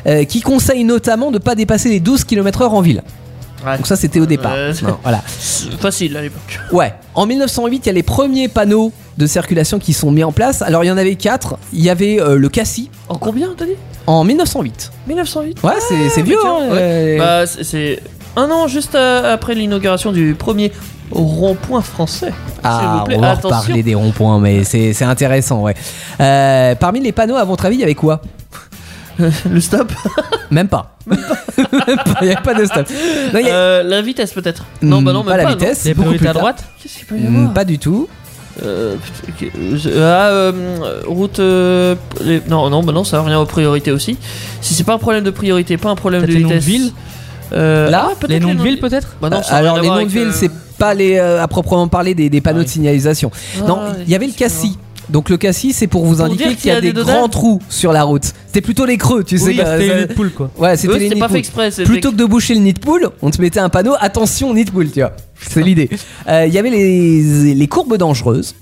euh, qui conseille notamment de ne pas dépasser les 12 km/h en ville.
ouais.
Donc ça, c'était au départ.
Euh, c'est-
Non, voilà.
Facile à l'époque.
Ouais. En 1908, il y a les premiers panneaux de circulation qui sont mis en place. Alors, il y en avait quatre. Il y avait euh, le Cassis
En combien t'as dit
en 1908.
1908.
Ouais, c'est, c'est vieux.
Ah, tiens,
hein,
ouais.
euh,
Bah c'est- c'est un an juste euh, après l'inauguration du premier rond-point français. S'il
ah,
vous plaît,
on va
attention.
reparler des ronds-points, mais c'est, c'est intéressant, ouais. Euh, parmi les panneaux, à votre avis, il y avait quoi
Le stop.
Même pas. Même pas, Il n'y avait pas de stop. Non, il y a-
Euh, la vitesse peut-être. Non,
Hmm,
bah non,
pas
même
la
pas. non.
vitesse.
Les
beaucoup
priorités
plus
à
tard.
droite
Qu'est-ce qu'il peut y
Hmm,
avoir
Pas du tout.
Euh, putain, que- je- ah, euh, route. euh, les- non, non, bah non, ça revient aux priorités aussi. Si c'est pas un problème de priorité, pas un problème
T'as
de
tes noms de
vitesse.
villes
Euh,
Là,
ah, peut-être
Les noms de villes peut-être
Bah non, ça a
Alors,
rien à
les
voir
noms de
avec,
villes,
euh,
c'est pas les, euh, à proprement parler des, des panneaux
Ah oui.
de signalisation.
Ah,
non, il y avait le
excusez-moi.
cassis. Donc le cassis, c'est pour vous
Pour
indiquer
dire
qu'il y a, des
dodans
grands trous sur la route. C'était plutôt les creux, tu sais.
bah,
Oui,
que- ça-
c'était une poule quoi.
Ouais, c'était
Eux,
les
c'était
nids
pas
de
fait
poules.
exprès. c'était-
Plutôt que de boucher le nid de poule, on te mettait un panneau attention nid de poule, tu vois. C'est l'idée. Euh, Il y avait les, les courbes dangereuses,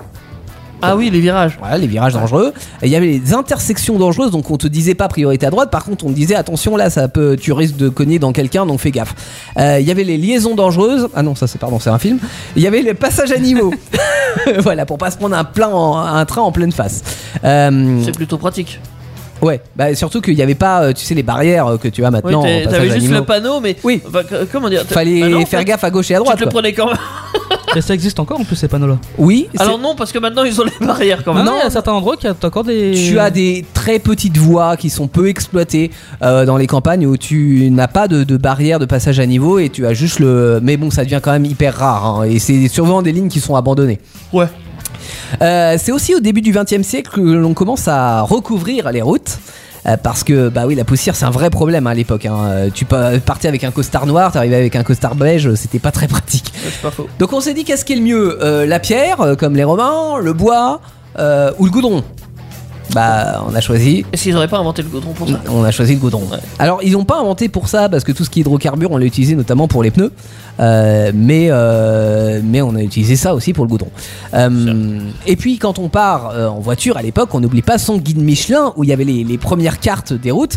Ah oui, les virages.
voilà, les virages dangereux. Et Il y avait les intersections dangereuses, donc on te disait pas priorité à droite. Par contre, on te disait attention là, ça peut, tu risques de cogner dans quelqu'un, donc fais gaffe. Euh, Il y avait les liaisons dangereuses. Ah non, ça c'est pardon, c'est un film. Il y avait les passages à niveau. voilà, pour pas se prendre un plein, en- un train en pleine face. Euh,
C'est plutôt pratique.
ouais, bah, surtout qu'il n'y avait pas, euh, tu sais, les barrières euh, que tu as
Oui,
maintenant.
t'es-
en passage
t'avais
à
juste
niveau.
le panneau, mais.
Oui.
Enfin, que- comment dire t'as-
Fallait
Bah non, en
faire
fait,
gaffe à gauche et à
Tu
droite.
te le
quoi.
prenais quand même.
Et ça existe encore en plus ces panneaux là.
Oui. c'est-
Alors non, parce que maintenant ils ont les barrières quand
Non,
même.
il y a certains endroits qui a t'as encore des.
tu as des très petites voies qui sont peu exploitées euh, dans les campagnes où tu n'as pas de, de barrière de passage à niveau et tu as juste le. Mais bon, ça devient quand même hyper rare hein, et c'est souvent des lignes qui sont abandonnées.
Ouais.
Euh, c'est aussi au début du XXe siècle que l'on commence à recouvrir les routes. euh, parce que bah oui la poussière c'est un vrai problème hein, à l'époque. hein. Euh, Tu pa- partais avec un costard noir, t'arrivais avec un costard beige, euh, c'était pas très pratique.
C'est pas faux.
Donc on s'est dit qu'est-ce qui est le mieux Euh, La pierre, euh, comme les Romains, le bois euh, ou le goudron Bah on a choisi
Est-ce qu'ils auraient pas inventé le goudron pour ça
on a choisi le goudron.
Ouais.
Alors, ils n'ont pas inventé pour ça, parce que tout ce qui est hydrocarbure, on l'a utilisé notamment pour les pneus. Euh, mais, euh, mais on a utilisé ça aussi pour le goudron. Euh, et puis, quand on part euh, en voiture à l'époque, on n'oublie pas son guide Michelin, où il y avait les, les premières cartes des routes.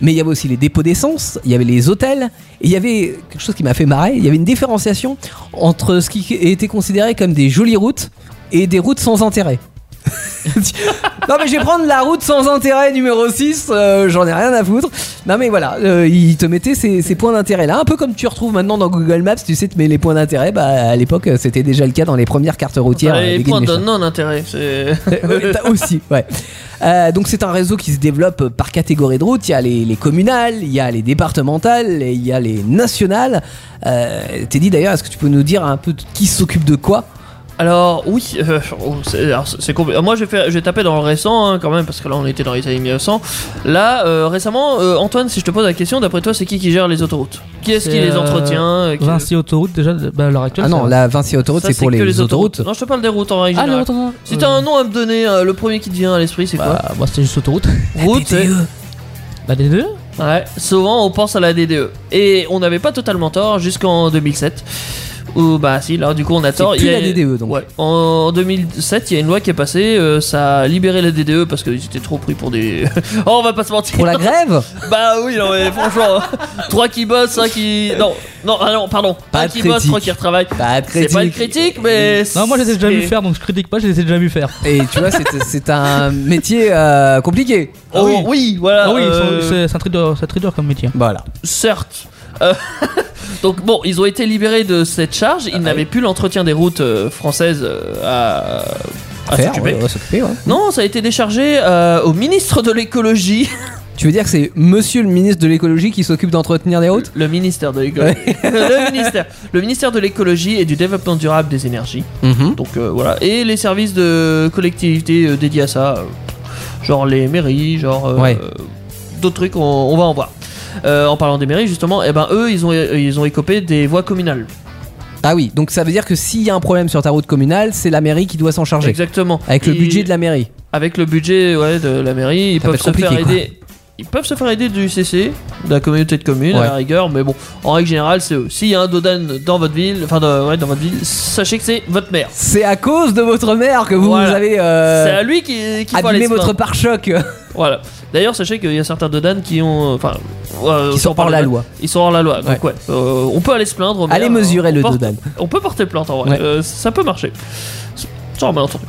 Mais il y avait aussi les dépôts d'essence, il y avait les hôtels, et il y avait quelque chose qui m'a fait marrer, il y avait une différenciation entre ce qui était considéré comme des jolies routes et des routes sans intérêt. non mais je vais prendre la route sans intérêt numéro 6, euh, j'en ai rien à foutre. Non mais voilà, euh, ils te mettaient ces, ces points d'intérêt là, un peu comme tu retrouves maintenant dans Google Maps, tu sais, tu mets les points d'intérêt, bah à l'époque euh, c'était déjà le cas dans les premières cartes routières.
Enfin,
euh, des
Bah, Les
guides
points
Michelin.
donnent un intérêt. C'est.
Euh, t'as aussi, ouais. Euh, donc c'est un réseau qui se développe euh, par catégorie de route. Il y a les, les communales, il y a les départementales, et il y a les nationales. Euh, Teddy d'ailleurs, est-ce que tu peux nous dire un peu de qui s'occupe de quoi
Alors oui, euh, oh, c'est alors, c'est- c'est compli- Moi j'ai fait, j'ai tapé dans le récent hein, quand même parce que là on était dans les années 1900. Là euh, récemment, euh, Antoine, si je te pose la question, d'après toi, c'est qui qui gère les autoroutes Qui est-ce qui
C'est,
les
euh,
entretient euh, qui-
Vinci Autoroute déjà bah, à l'heure actuelle.
Ah non,
c'est-
la Vinci Autoroute
Ça,
c'est pour
que
les, autoroutes.
Non, je te parle des routes en règle
Ah, les
générale.
routes, non, non.
Si t'as un nom à me donner, euh, le premier qui te vient à l'esprit, c'est quoi
Bah, moi c'était juste autoroute. euh,
Route.
La E.
et-
DTE.
La E D2
Ouais, souvent on pense à la DDE. Et on n'avait pas totalement tort jusqu'en 2007. Où, bah si, là du coup on a tort.
C'est plus
Il y a-
la DDE, donc.
Ouais. En 2007, il y a une loi qui est passée, euh, ça a libéré la DDE parce qu'ils étaient trop pris pour des. oh, on va pas se mentir.
Pour la grève
Bah oui, non mais franchement, 3 qui bossent, 1 qui. Non, non, ah non, pardon.
Pas
un
de
qui bosse,
critique.
3 qui retravaille.
Pas de
C'est
critique.
pas une critique, mais.
Non, moi je les ai déjà
c'est-
vu faire donc je critique pas, je les ai déjà vu faire.
Et tu vois, c'est- c'est un métier euh, compliqué.
Oh, oui. voilà.
Ah oui, ils sont-
euh,
c'est c'est un trader, c'est un trader comme métier.
Voilà.
certes. Euh, donc bon, ils ont été libérés de cette charge.
Ah,
Ils n'avaient plus l'entretien des routes euh, françaises euh, à, à
Faire,
s'occuper.
ouais, ouais, s'occuper, ouais.
Non, ça a été déchargé euh, au ministre de l'écologie.
Tu veux dire que c'est monsieur le ministre de l'écologie qui s'occupe d'entretenir les routes
Le ministère de l'écologie. le, ministère. le ministère de l'écologie et du développement durable des énergies. Donc euh, voilà. Et les services de collectivité euh, dédiés à ça. euh, genre les mairies, genre euh,
Ouais.
euh, d'autres trucs, on, on va en voir. Euh, en parlant des mairies justement, et ben eux ils ont, ils ont écopé des voies communales.
Ah oui, donc ça veut dire que s'il y a un problème sur ta route communale, c'est la mairie qui doit s'en charger.
Exactement.
Avec le
Ils-
budget de la mairie.
Avec le budget ouais, de la mairie, ils
Ça peut
peuvent se
être
faire
compliqué,
aider. Ils peuvent se faire aider du CC, de la communauté de communes, à
Ouais.
la rigueur, mais bon, en règle générale, c'est eux. S'il y a un Dodan dans votre ville, enfin, dans- ouais, dans votre ville, sachez que c'est votre maire.
C'est à cause de votre maire que vous,
Voilà.
vous avez
c'est à
euh,
lui qui, qui faut
abîmé
aller se
votre
plaindre.
pare-choc. euh,
Voilà. D'ailleurs, sachez qu'il y a certains Dodan qui ont. Enfin. euh,
Qui sont
sans parler
hors la
de-
loi.
Ils sont hors la loi. Donc, ouais, euh, on peut aller se plaindre. au maire,
Allez mesurer
on
le
porte-
Dodan.
On peut porter plainte en vrai,
Ouais.
Euh, ça peut marcher. Genre malentendu.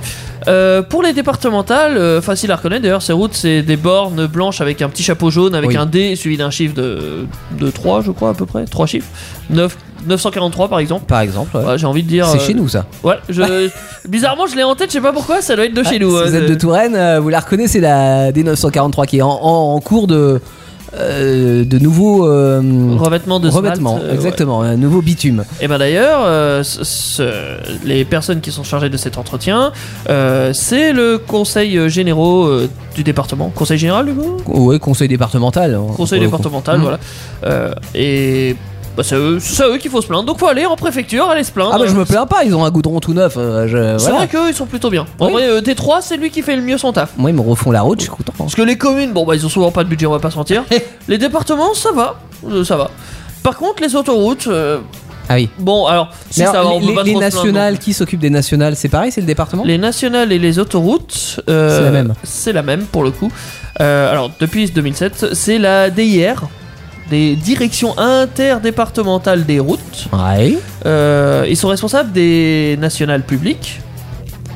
Euh, pour les départementales, euh, facile à reconnaître d'ailleurs, ces routes, c'est des bornes blanches avec un petit chapeau jaune, avec
Oui.
un D suivi d'un chiffre de, de 3, je crois à peu près, 3 chiffres. 9, 943 par exemple.
Par exemple,
Ouais, J'ai envie de dire.
c'est
euh,
chez nous ça.
Ouais, je, bizarrement, je l'ai en tête, je sais pas pourquoi, ça doit être de chez nous.
si
hein,
vous êtes
c'est-
de Touraine, euh, vous la reconnaissez la D943 qui est en, en- en cours de euh, de nouveau euh,
Revêtement de smalte,
revêtement,
euh, ouais.
exactement, un nouveau bitume.
Et ben d'ailleurs, euh, ce- ce- les personnes qui sont chargées de cet entretien, euh, c'est le conseil euh, généraux euh, du département. Conseil général du coup
Ouais, conseil départemental. hein.
Conseil
Pour le coup.
départemental,
Mhm.
voilà. Euh, et bah, c'est à eux, c'est à eux qu'il faut se plaindre. Donc faut aller en préfecture, aller se plaindre.
Ah bah je me plains pas, ils ont un goudron tout neuf. euh, je-
C'est
voilà.
vrai qu'eux ils sont plutôt bien. En
Oui.
vrai, euh, Détroit, c'est lui qui fait le mieux son taf.
Moi ils me refont la route, je suis content. hein.
Parce que les communes, bon bah ils ont souvent pas de budget, on va pas se mentir. les départements, ça va, Euh, ça va. Par contre, les autoroutes, euh,
Ah oui.
bon alors, si
Mais
ça
alors,
va, on
les,
peut pas
les
trop se plaindre.
nationales, qui s'occupe des nationales, c'est pareil, c'est le département
Les nationales et les autoroutes, euh,
Hein C'est la même.
C'est la même pour le coup. Euh, alors depuis 2007, c'est la DIR, des directions interdépartementales des routes.
Ouais.
Euh, ils sont responsables des nationales publiques,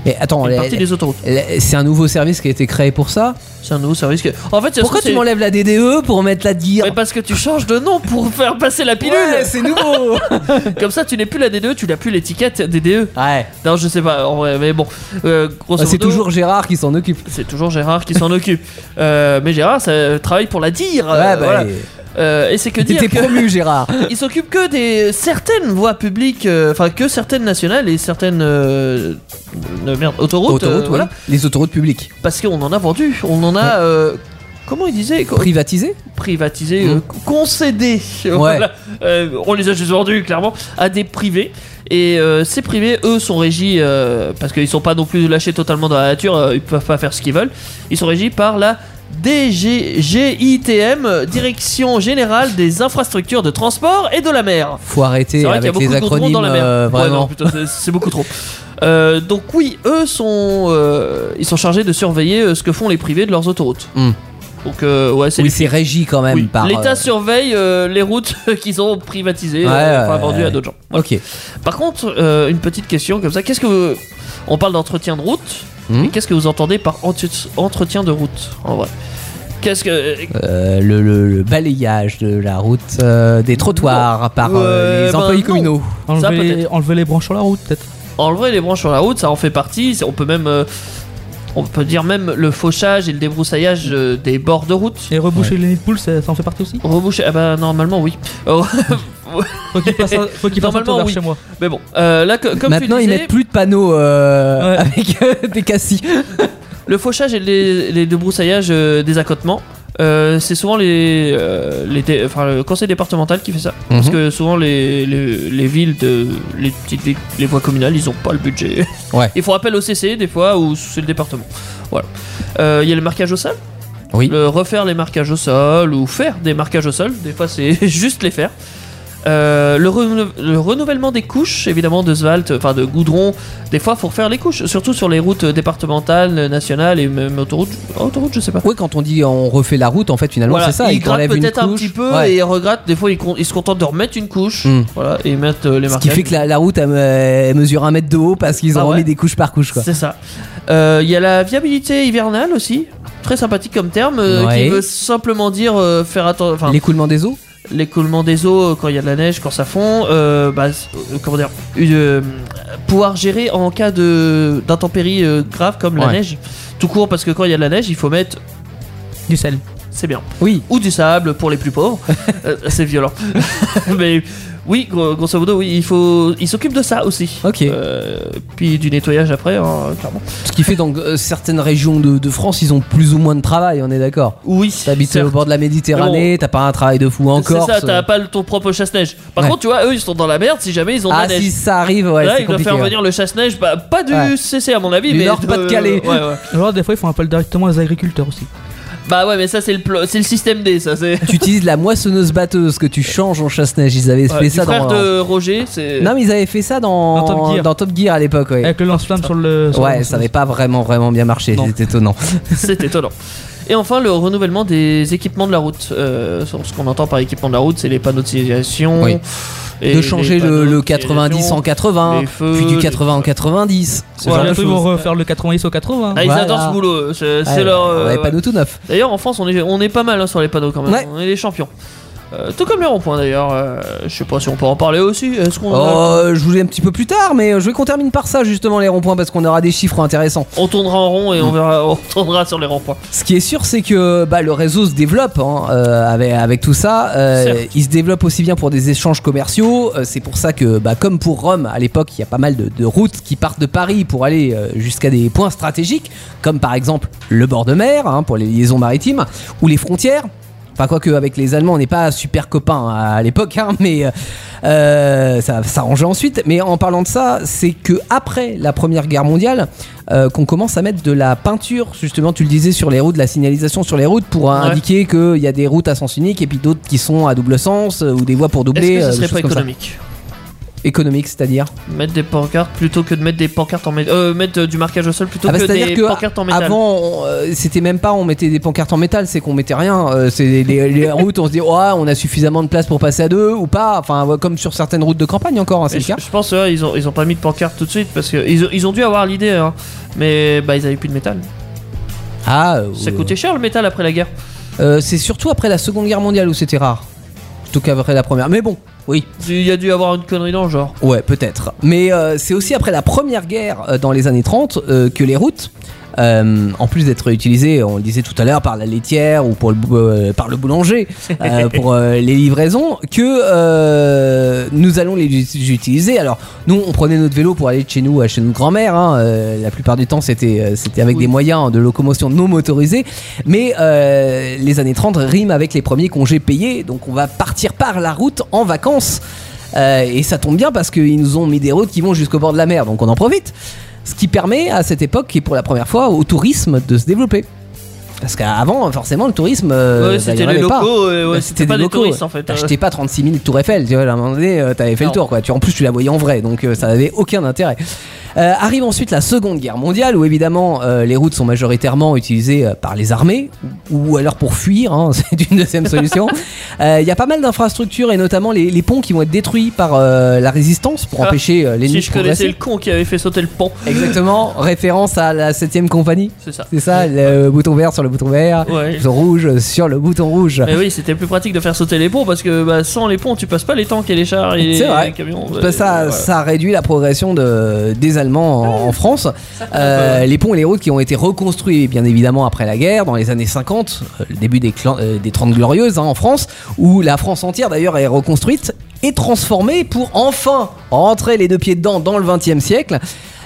Mais attends,
et une
les-
partie des autoroutes.
les- c'est un nouveau service qui a été créé pour ça
C'est un nouveau service que. En fait,
Pourquoi
c'est-
tu m'enlèves la DDE pour mettre la DIR
Mais parce que tu changes de nom pour faire passer la pilule.
Ouais, c'est nouveau
Comme ça, tu n'es plus la DDE, tu n'as plus l'étiquette DDE.
Ouais,
Non, je sais pas, en vrai, mais bon. Euh, grosso
Ah, c'est
modo,
toujours Gérard qui s'en occupe.
C'est toujours Gérard qui s'en occupe. Euh, mais Gérard, ça euh, travaille pour la dire. euh,
ouais, bah,
voilà. Euh, et c'est que
il
dire
était promu, Gérard.
qu'il s'occupe que des certaines voies publiques, euh, enfin que certaines nationales et certaines euh, euh, merde, autoroutes.
Autoroutes,
euh,
ouais.
voilà.
Les autoroutes publiques.
Parce qu'on en a vendu, on en a.
Ouais.
euh, comment il disait co-
Privatisées
privatisés,
Mhm.
euh, concédés, voilà. Euh, on les a juste vendus clairement à des privés. Et euh, ces privés, eux, sont régis euh, parce qu'ils sont pas non plus lâchés totalement dans la nature. euh, ils peuvent pas faire ce qu'ils veulent. Ils sont régis par la DGGITM, euh, Direction Générale des Infrastructures de Transport et de la Mer.
Faut arrêter
C'est vrai qu'il y a
avec
beaucoup
les
de goudron
acronymes,
dans la mer.
euh,
Ouais, non,
vraiment.
putain, c'est- c'est beaucoup trop. Euh, donc oui, eux sont, euh, ils sont chargés de surveiller euh, ce que font les privés de leurs autoroutes.
Hmm.
Donc euh, ouais, c'est
oui,
les
c'est régi quand même
oui.
par.
L'État
euh,
surveille euh, les routes qu'ils ont privatisées,
Ouais,
euh,
ouais,
enfin vendues à
ouais.
d'autres gens. Voilà.
Ok.
Par contre, euh, une petite question comme ça, qu'est-ce que vous- on parle d'entretien de route
Hmm.
mais Qu'est-ce que vous entendez par enti- entretien de route en vrai Qu'est-ce que euh,
Euh, le, le- le balayage de la route, euh, des trottoirs par euh,
Ouais,
les
ben
employés
non.
communaux.
Ça,
Enlever, les,
peut-être.
enlever les branches sur la route, peut-être.
enlever les branches sur la route, ça en fait partie. c'est- On peut même, euh, on peut dire même le fauchage et le débroussaillage euh, des bords de route.
Et reboucher les nids de poules, ça, ça en fait partie aussi
Reboucher, ah bah normalement oui. Oh,
Faut qu'il fasse un, faut qu'il fasse un tour
Normalement,
vers
oui.
chez moi.
mais bon, euh, là co- comme
Maintenant,
tu
ils
disais,
mettent plus de panneaux euh,
Ouais.
avec euh, des cassis.
Le fauchage et les, les débrousaillages euh, des accotements, euh, c'est souvent les, euh, les dé- enfin, le conseil départemental qui fait ça. Parce
Mhm.
que souvent les, les, les villes, de, les petites villes, les voies communales, ils ont pas le budget.
Ouais.
Ils font appel au CC des fois ou c'est le département. Voilà. Euh, Il y a le marquage au sol.
Oui.
Le refaire les marquages au sol ou faire des marquages au sol. Des fois c'est juste les faire. Euh, le, renou- le renouvellement des couches, évidemment, de Svalt, enfin de goudron, des fois faut refaire les couches, surtout sur les routes départementales, nationales et même autoroutes, autoroutes je sais pas.
Oui, quand on dit on refait la route, en fait, finalement,
Voilà,
c'est ça.
ils grattent
enlèvent une
peut-être un
couche.
petit peu
Ouais.
et ils regrattent, des fois ils, con- ils se contentent de remettre une couche,
Mm.
voilà, et mettre euh, les
Ce qui
marquages.
fait que la, la route elle, elle mesure un mètre de haut parce qu'ils ont
Ah ouais.
remis des couches par couche. Quoi.
C'est ça. Euh, Il y a la viabilité hivernale aussi, très sympathique comme terme, euh,
Ouais.
qui veut simplement dire euh, faire attention. Enfin,
L'écoulement des eaux
l'écoulement des eaux euh, quand il y a de la neige, quand ça fond, euh, bah, c- euh, comment dire, une, euh, pouvoir gérer en cas de d'intempéries euh, graves comme la
Ouais.
neige, tout court parce que quand il y a de la neige, il faut mettre,
Du sel.
c'est bien,
Oui.
ou du sable pour les plus pauvres, Euh, c'est violent, mais oui, gros- grosso modo, oui, il faut, il s'occupe de ça aussi.
Ok.
Euh, puis du nettoyage après, hein, clairement.
Ce qui fait donc euh, certaines régions de, de France, ils ont plus ou moins de travail, on est d'accord.
Oui.
T'habites
certes.
au bord de la Méditerranée, t'as pas un travail de fou en
C'est
Corse.
ça, t'as pas le- ton propre chasse-neige. Par
Ouais.
contre, tu vois, eux, ils sont dans la merde si jamais ils ont de
ah
la neige.
si ça arrive, ouais,
là,
c'est
il doit
compliqué.
faire
ouais.
venir le chasse-neige, bah, pas du
Ouais.
CC à mon avis,
Du
mais.
Nord
de-
Pas-de-Calais.
ouais, ouais.
Alors, des fois, ils font appel directement aux agriculteurs aussi.
Bah ouais, mais ça, c'est le, plo- c'est le système D, ça. C'est
Tu utilises la moissonneuse batteuse que tu changes en chasse-neige. Ils avaient
Ouais,
fait
du
ça
frère
dans.
de Roger, c'est.
Non, mais ils avaient fait ça dans,
Dans Top Gear.
Gear à l'époque, ouais.
Avec le lance-flamme sur le. sur
ouais,
le-
ça n'avait pas vraiment, vraiment bien marché.
Non.
C'est étonnant.
C'est étonnant. Et enfin, le renouvellement des équipements de la route. Euh, sur ce qu'on entend par équipement de la route, c'est les panneaux de signalisation.
Oui.
et
de
les
changer
panneaux
le, le
de
90 en
signalisation.
80,
les feux,
puis du
les-
80 en 90. ce
Voilà,
genre de
bientôt, ils
choses.
vont refaire le 90 au hein. 80.
Ah, ils
Voilà.
adorent ce boulot, eux. c'est c'est
Ouais,
leur.
ouais,
euh,
ouais,
ouais.
panneau tout neuf.
D'ailleurs, en France, on est, on est pas mal hein, sur les panneaux quand même.
Ouais.
On est les champions. Euh, tout comme les ronds-points d'ailleurs. Euh, je sais pas si on peut en parler aussi. Est-ce qu'on a-
Oh, je vous dis un petit peu plus tard, mais euh, je veux qu'on termine par ça justement les ronds-points parce qu'on aura des chiffres intéressants.
On tournera en rond
Mm.
et on verra, on tournera sur les ronds-points.
Ce qui est sûr, c'est que bah, le réseau se développe hein, euh, avec, avec tout ça. Euh,
Certes.
il se développe aussi bien pour des échanges commerciaux. euh, c'est pour ça que, bah, comme pour Rome à l'époque, il y a pas mal de, de routes qui partent de Paris pour aller euh, jusqu'à des points stratégiques, comme par exemple le bord de mer hein, pour les liaisons maritimes ou les frontières. Enfin, quoique avec les Allemands, on n'est pas super copains à, à l'époque, hein, mais euh, ça s'arrangeait ensuite. Mais en parlant de ça, c'est que après la Première Guerre mondiale, euh, qu'on commence à mettre de la peinture, justement, tu le disais sur les routes, de la signalisation sur les routes pour euh,
Ouais.
indiquer qu'il y a des routes à sens unique et puis d'autres qui sont à double sens euh, ou des voies pour
Est-ce
doubler.
que
euh,
ce
des
serait
choses
pas
comme ça.
économique
Économique, c'est-à-dire
Mettre des pancartes plutôt que de mettre des pancartes en métal. Euh, mettre euh, du marquage au sol plutôt
Ah bah,
que des
c'est-à-dire que
pancartes en métal.
Avant, on, euh, c'était même pas on mettait des pancartes en métal, c'est qu'on mettait rien. Euh, c'est les, les- les routes, on se dit, oh, on a suffisamment de place pour passer à deux ou pas. Enfin, ouais, comme sur certaines routes de campagne encore, hein, c'est
Mais
le
je,
cas.
je pense qu'ils ils ont ils ont pas mis de pancarte tout de suite parce que ils, ont- ils ont dû avoir l'idée hein. mais bah ils avaient plus de métal.
Ah, euh,
Ça coûtait cher le métal après la guerre.
euh, c'est surtout après la Seconde Guerre mondiale où c'était rare. En tout cas, après la première. Mais bon, oui.
Il y a dû avoir une connerie dans le genre.
Ouais, peut-être. Mais euh, c'est aussi après la première guerre euh, dans les années 30 euh, que les routes, euh, en plus d'être utilisées, on le disait tout à l'heure, par la laitière ou pour le, bou- euh, par le boulanger euh, pour euh, les livraisons, que euh, nous allons les ut- utiliser. Alors, nous, on prenait notre vélo pour aller de chez nous à chez notre grand-mère. hein, euh, la plupart du temps, c'était euh, c'était avec
Oui.
des moyens de locomotion non motorisés. Mais euh, les années 30 riment avec les premiers congés payés. Donc, on va partir par la route en vacances. Euh, et ça tombe bien parce qu'ils nous ont mis des routes qui vont jusqu'au bord de la mer, donc on en profite. Ce qui permet à cette époque, et pour la première fois, au tourisme de se développer. Parce qu'avant, forcément, le tourisme. euh,
ouais,
bah, il y
c'était
en
les
avait pas.
locaux, ouais, ouais,
Bah,
c'était pas
des
des
locaux.
touristes en fait. hein.
T'achetais pas 36 000 tours Eiffel, tu vois, à un moment donné, euh, t'avais fait
Non.
le tour, quoi. Tu, en plus, tu la voyais en vrai, donc euh, ça avait aucun intérêt. Euh, arrive ensuite la Seconde Guerre mondiale, où évidemment euh, les routes sont majoritairement utilisées euh, par les armées, ou, ou alors pour fuir, hein, c'est une deuxième solution. Euh, Il y a pas mal d'infrastructures, et notamment les, les ponts qui vont être détruits par euh, la résistance pour
Ah,
empêcher euh, l'ennemi
Si
de
je connaissais le
progresser.
con qui avait fait sauter le pont,
Exactement, référence à la 7ème compagnie.
c'est ça.
C'est ça, le bouton vert sur le bouton vert, le
Ouais.
bouton rouge sur le bouton rouge.
Mais oui, c'était plus pratique de faire sauter les ponts parce que bah, sans les ponts, tu passes pas les tanks et les chars et les,
C'est vrai.
les camions.
Parce
ouais,
que ça,
ouais.
ça réduit la progression de, des Allemands en, en France. Euh, les ponts et les routes qui ont été reconstruits, bien évidemment, après la guerre, dans les années 50, euh, le début des, clan- euh, des 30 Glorieuses hein, en France, où la France entière d'ailleurs est reconstruite et transformée pour enfin rentrer les deux pieds dedans dans le 20e siècle.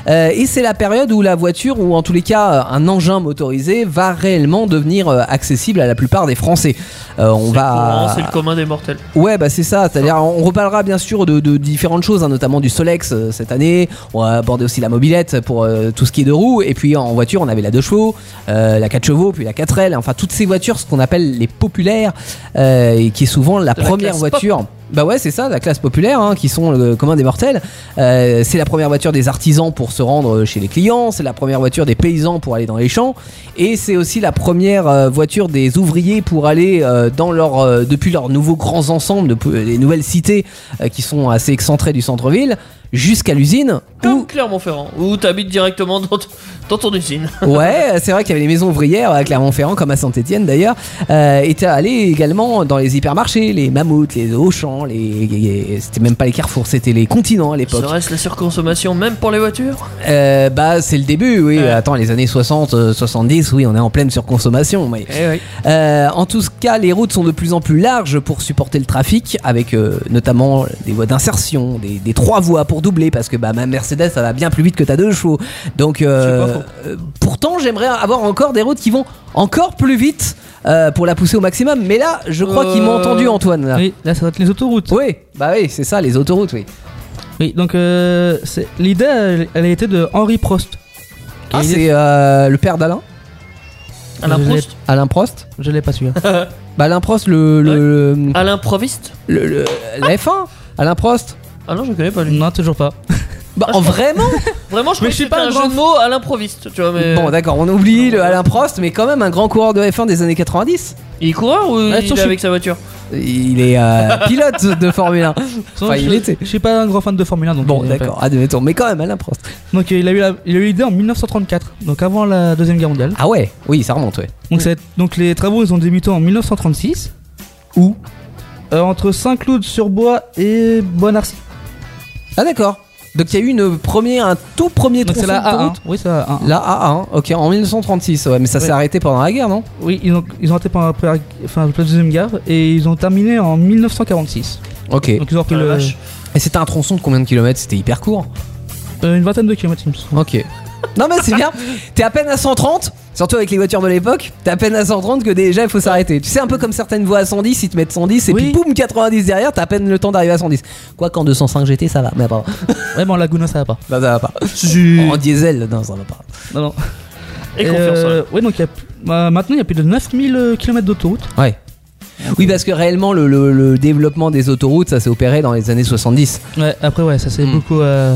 Euh, et c'est la période où la voiture, ou en tous les cas euh, un engin motorisé, va réellement devenir euh, accessible à la plupart des Français. Euh, on
C'est courant,
va
C'est le commun des mortels.
Ouais, bah c'est ça. C'est-à-dire, on reparlera bien sûr de, de différentes choses, hein, notamment du Solex euh, cette année. On va aborder aussi la mobilette pour euh, tout ce qui est de roues. Et puis en voiture, on avait la 2 chevaux, euh, la 4 chevaux, puis la 4 L. Enfin, toutes ces voitures, ce qu'on appelle les populaires, euh, et qui est souvent la
De la
première
classe
voiture. Bah ouais, c'est ça, la classe populaire, hein, qui sont le commun des mortels. Euh, c'est la première voiture des artisans pour se rendre euh, chez les clients, c'est la première voiture des paysans pour aller dans les champs, et c'est aussi la première euh, voiture des ouvriers pour aller euh, dans leur, euh, depuis leurs nouveaux grands ensembles, depuis les nouvelles cités euh, qui sont assez excentrées du centre-ville, jusqu'à l'usine.
Comme
Où,
Clermont-Ferrand, où t'habites directement dans, ton- dans ton usine.
ouais, c'est vrai qu'il y avait les maisons ouvrières à Clermont-Ferrand, comme à Saint-Etienne d'ailleurs, euh, et t'es allé également dans les hypermarchés, les mammouths, les Auchan, les, les- c'était même pas les carrefours, c'était les continents à l'époque.
Serait-ce la surconsommation même pour les voitures
Euh, bah c'est le début oui
Ouais.
attends les années 60 euh, 70 oui on est en pleine surconsommation mais
Eh oui.
Euh, en tout cas les routes sont de plus en plus larges pour supporter le trafic avec euh, notamment des voies d'insertion des, des trois voies pour doubler parce que bah ma Mercedes ça va bien plus vite que ta deux chevaux donc euh,
C'est pas faux.
euh, pourtant j'aimerais avoir encore des routes qui vont encore plus vite euh, pour la pousser au maximum mais là je crois qu'il m'a
Euh,
entendu Antoine là.
Oui, là, ça doit être les autoroutes.
oui bah oui c'est ça les autoroutes oui
Oui, donc euh, c'est- l'idée, elle, elle a été de Henri Prost.
Ah,
Et il
c'est euh, le père d'Alain
Alain
Je l'ai-
Proust
Alain Prost
Je l'ai pas su. hein.
bah Alain Prost le, le- le-
Alain Proviste
Le, le- la F1 Alain Prost
Ah non, je connais pas lui.
non, toujours pas.
Bah, en vraiment
Vraiment, je
Mais
crois que
je suis
c'était
pas
un
un
jeu
grand
de mots à l'improviste, tu vois, mais... euh,
Bon, d'accord, on oublie le Alain Prost, mais quand même un grand coureur de F1 des années 90.
il est coureur ou
Attends,
il
je
est
suis-
avec sa voiture
Il est euh, pilote de Formule 1. Enfin, il
je,
était.
je suis pas un grand fan de Formule 1, donc.
Bon,
euh,
d'accord, admettons, mais quand même Alain Prost.
Donc euh, il a eu la- il a eu l'idée en 1934, donc avant la deuxième guerre mondiale.
Ah ouais, oui, ça remonte, ouais.
Donc, ça va être- donc les travaux ils ont débuté en 1936.
Où
Euh, Entre Saint-Cloud-sur-Bois et Bonarcy.
Ah d'accord. Donc il y a eu une première, un tout premier
Donc
tronçon
c'est la
de
A1.
route.
Oui, c'est la hein. A1.
La A1, ok, en 1936, ouais, mais ça s'est
Ouais.
arrêté pendant la guerre, non
Oui, ils ont, ils ont raté pendant la, première- enfin, la deuxième guerre et ils ont terminé en 1946.
Ok.
Donc ils ont repris
Ah, la
le-
vache.
Et c'était un tronçon de combien de kilomètres C'était hyper court.
euh, une vingtaine de kilomètres, il me semble.
Ok. Non mais c'est bien, t'es à peine à 130, Surtout avec les voitures de l'époque, t'es à peine à 130 que déjà il faut s'arrêter. Tu sais, un peu comme certaines voies à 110, ils te mettent 110 et
Oui.
puis boum, 90 derrière, t'as à peine le temps d'arriver à 110. Quoi qu'en 205 GT, ça va, mais bon,
Ouais, bon, en Laguna, ça va pas.
là, ça va pas. En diesel, non, ça va pas.
Non, non.
Et confiance.
Euh, ouais, donc il y a p- bah, maintenant, il y a plus de 9000 km d'autoroute.
Ouais. Oui, parce que réellement, le, le- le développement des autoroutes, ça s'est opéré dans les années 70.
Ouais, après, ouais, ça c'est
Hmm.
beaucoup. euh,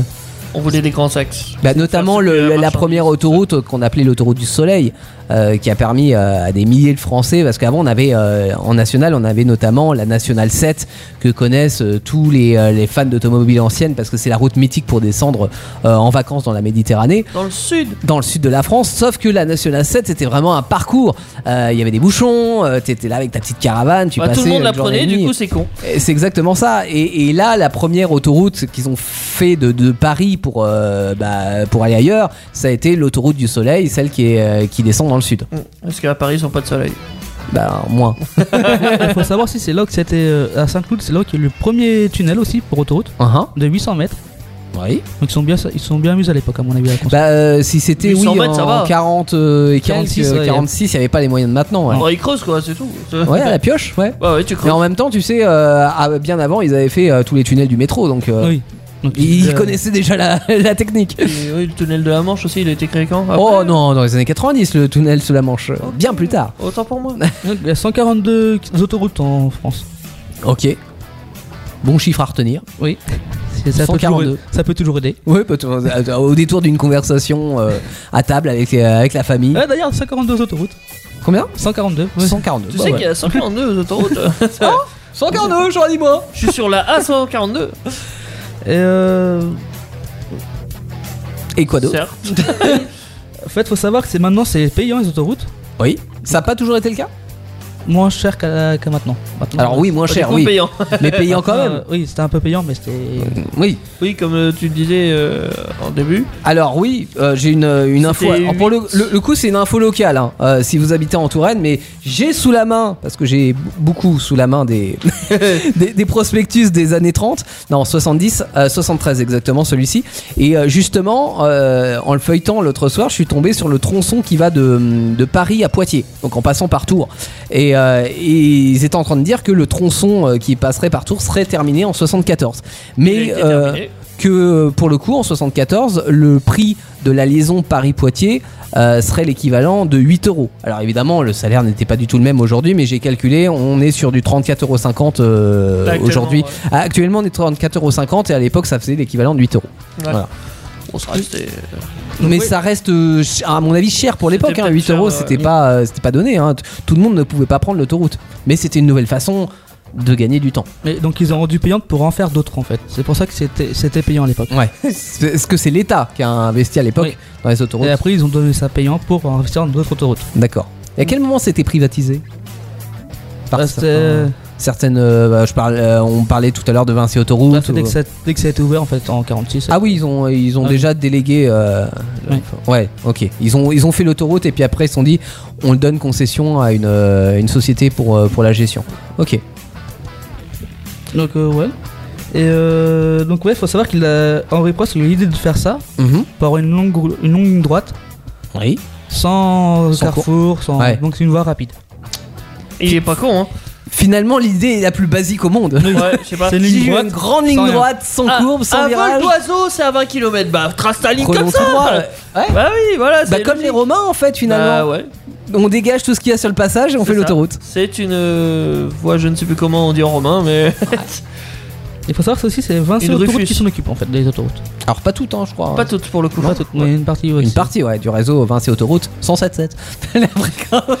On voulait des grands axes.
Bah, notamment
Parce que
le-
la
la,
marchandise,
première autoroute qu'on appelait l'autoroute du soleil, euh, qui a permis euh, à des milliers de Français, parce qu'avant on avait euh, en nationale, on avait notamment la nationale 7 que connaissent euh, tous les, euh, les fans d'automobiles anciennes, parce que c'est la route mythique pour descendre euh, en vacances dans la Méditerranée
Dans le sud.
dans le sud de la France, sauf que la Nationale 7 c'était vraiment un parcours. Euh, Il y avait des bouchons, euh, t'étais là avec ta petite caravane, tu
Bah,
passais
tout le monde
une
la
journée et
prenait, du
demie.
coup c'est con.
Et C'est exactement ça. Et, et là, la première autoroute qu'ils ont fait de, de Paris pour, euh, bah, pour aller ailleurs, ça a été l'autoroute du Soleil, celle qui, est, euh, qui descend dans le sud.
Parce qu'à Paris ils ont pas de soleil.
Bah, moins.
Il faut savoir si c'est là que c'était. euh, à Saint-Cloud, c'est là qu'il y a eu le premier tunnel aussi pour autoroute
Uhum.
de 800 mètres.
Oui.
Donc ils sont bien, ils sont bien amusés à l'époque, à mon avis. À la construire.
Bah, euh, si c'était oui,
800
en,
mètres, ça va.
40 euh, et 46,
46, ouais,
46, il n'y avait pas les moyens de maintenant. Ouais,
Bon, Bah, ils creusent quoi, c'est tout.
Ouais, à la pioche, ouais.
Bah ouais, tu creuses.
Mais en même temps, tu sais, euh, ah, bien avant, ils avaient fait euh, tous les tunnels du métro, donc euh,
oui. Donc,
ils
euh,
connaissaient déjà la, la technique.
Et, oui, le tunnel de la Manche aussi, il a été créé quand Après
oh non, dans les années 90, le tunnel sous la Manche, bien plus tard.
Autant pour
Bah,
moi.
Il y a 142 autoroutes en France.
Ok. Bon chiffre à retenir.
Oui. Ça, peut
142.
toujours, ça peut toujours aider.
Oui, bah, euh, au détour d'une conversation euh, à table avec, euh, avec la famille.
Ah, D'ailleurs, 142 autoroutes.
Combien
142. ouais.
142.
Tu
bah
sais
ouais. Oh.
qu'il y a 142 autoroutes.
142, j'aurais dit moi.
Je suis sur la A142.
Et euh,
Et quoi d'autre
Certes.
en fait, faut savoir que c'est maintenant c'est payant les autoroutes,
Oui. Ça n'a pas toujours été le cas
moins cher qu'à qu'à maintenant. Maintenant,
Alors oui, moins
Pas
cher,
du coup,
oui.
payant.
Mais payant quand
euh,
même.
oui, c'était un peu payant, mais c'était.
Oui.
Oui, comme euh, tu le disais euh, en début.
Alors oui, euh, j'ai une, euh, une info.
C'était
Alors, pour le, le- le coup, c'est une info locale. hein, euh, si vous habitez en Touraine, mais j'ai sous la main, parce que j'ai b- beaucoup sous la main des, des, des prospectus des années 30, non 70, euh, 73 exactement celui-ci. Et euh, justement, euh, en le feuilletant l'autre soir, je suis tombé sur le tronçon qui va de, de Paris à Poitiers, donc en passant par Tours. Et, euh, et ils étaient en train de dire que le tronçon euh, qui passerait par Tours serait terminé en 74.
Il
Mais
a été
euh,
terminé.
que euh, pour le coup, en 74, le prix de la liaison Paris-Poitiers euh, serait l'équivalent de 8 euros. Alors évidemment, le salaire n'était pas du tout le même aujourd'hui, mais j'ai calculé, on est sur du 34,50 euros
Actuellement,
euh, aujourd'hui.
ouais.
Ah, Actuellement, on est 34,50 et à l'époque, ça faisait l'équivalent de 8 euros.
Ouais.
Voilà.
Bon, ça restait-
Mais
oui.
ça reste, euh, ch- à mon avis, cher pour l'époque.
C'était
hein.
peut-être
8
cher,
euros,
ouais.
c'était pas, euh, c'était pas donné. hein. T- Tout le monde ne pouvait pas prendre l'autoroute. Mais c'était une nouvelle façon de gagner du temps.
Mais donc ils ont rendu payante pour en faire d'autres en fait. C'est pour ça que c'était c'était payant à l'époque.
Ouais. Est-ce que c'est l'État qui a investi à l'époque
Oui.
dans les autoroutes
Et après ils ont donné ça payant pour investir dans d'autres autoroutes.
D'accord. Et à quel moment c'était privatisé Par
Là,
certains-
c'était-
certaines. euh, bah, je parle, euh, on parlait tout à l'heure de Vinci Autoroute.
là, c'est dès,
ou-
que ça- dès que ça a été ouvert en fait en 46.
Ah oui, ils ont, ils ont
Ah.
déjà délégué. euh, le-
Oui.
Ouais, ok. Ils ont, ils ont fait l'autoroute et puis après ils se sont dit, on le donne concession à une, euh, une société pour, euh, pour la gestion. Ok.
Donc euh, ouais. Et euh, donc ouais, faut savoir qu'il a Henri Prost il a eu l'idée de faire ça
Mhm.
pour avoir une longue rou- une longue ligne droite
Oui.
sans,
Sans
carrefour, sans
Ouais.
donc c'est une voie rapide.
Il est pas con, hein.
Finalement, l'idée est la plus basique au monde.
Ouais, je sais pas.
C'est une
J'ai
ligne
eu
droite.
une grande ligne
sans rien.
droite, sans
Ah,
courbe, sans
un vol
virage.
d'oiseau, c'est à 20 km. Bah, trace ta ligne comme
Prenons
ça.
tout droit, ouais. Ouais.
Bah oui, voilà.
Bah,
c'est
comme les
logique.
Romains en fait,
Bah
finalement.
ouais.
On dégage tout ce qu'il y a sur le passage et on
c'est
fait
ça.
l'autoroute.
C'est une euh, voie, je ne sais plus comment on dit en romain, mais.
Il faut savoir que aussi c'est 26
Une
autoroutes
Rufus.
qui s'en occupent en fait des autoroutes.
Alors pas tout le temps, je crois. hein.
pas toutes pour le coup.
Pas toutes, mais une partie ouais,
Une
c'est-
partie ouais, du réseau Vinci Autoroute 177. La fréquence.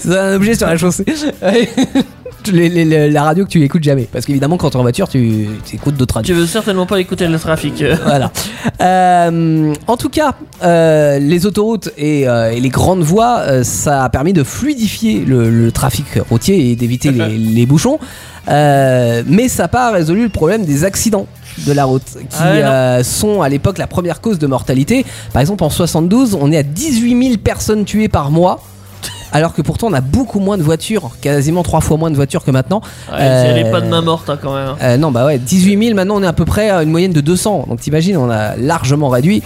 C'est un objet sur la chaussée. Ouais. Les- les- les- la radio que tu écoutes jamais. Parce qu'évidemment, quand tu es en voiture, tu tu écoutes d'autres
Tu
radios.
veux certainement pas écouter le trafic.
Voilà. Euh, en tout cas, euh, les autoroutes et, euh, et les grandes voies, euh, ça a permis de fluidifier le, le trafic routier et d'éviter les, les bouchons. Euh, mais ça n'a pas résolu le problème des accidents de la route, qui
Ah ouais, non.
euh, sont à l'époque la première cause de mortalité. Par exemple, en 72, on est à 18 000 personnes tuées par mois alors que pourtant on a beaucoup moins de voitures, quasiment trois fois moins de voitures que maintenant.
Ouais, Elle est
Euh,
pas de main morte hein, quand même. hein.
Euh, non, bah ouais, 18 000, maintenant on est à peu près à une moyenne de 200. Donc t'imagines, on a largement réduit.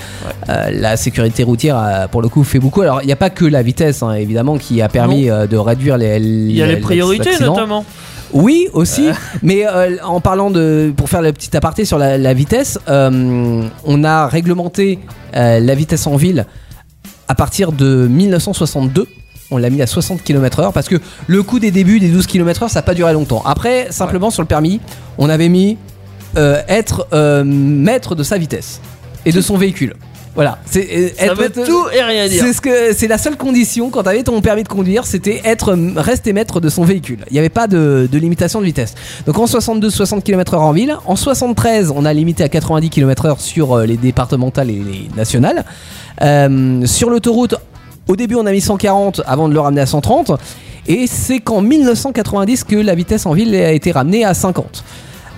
Euh, la sécurité routière, euh, pour le coup, fait beaucoup. Alors il n'y a pas que la vitesse, hein, évidemment, qui a permis euh, de réduire les.
Il y a les priorités notamment.
Oui, aussi. Mais euh, en parlant de. Pour faire le petit aparté sur la, la vitesse, euh, on a réglementé euh, la vitesse en ville à partir de 1962. On l'a mis à 60 km/h parce que le coup des débuts des 12 km/h, ça n'a pas duré longtemps. Après, simplement sur le permis, on avait mis euh, être euh, maître de sa vitesse et de son véhicule. Voilà. C'est, euh,
Ça
être
veut
maître-
tout et rien dire.
c'est ce que c'est la seule condition quand t'avais ton permis de conduire, c'était être rester maître de son véhicule. Il n'y avait pas de, de limitation de vitesse. Donc en 62 60 km/h en ville, en 73 on a limité à 90 km/h sur euh, les départementales et les nationales. Euh, sur l'autoroute, au début on a mis 140 avant de le ramener à 130. Et c'est qu'en 1990 que la vitesse en ville a été ramenée à 50.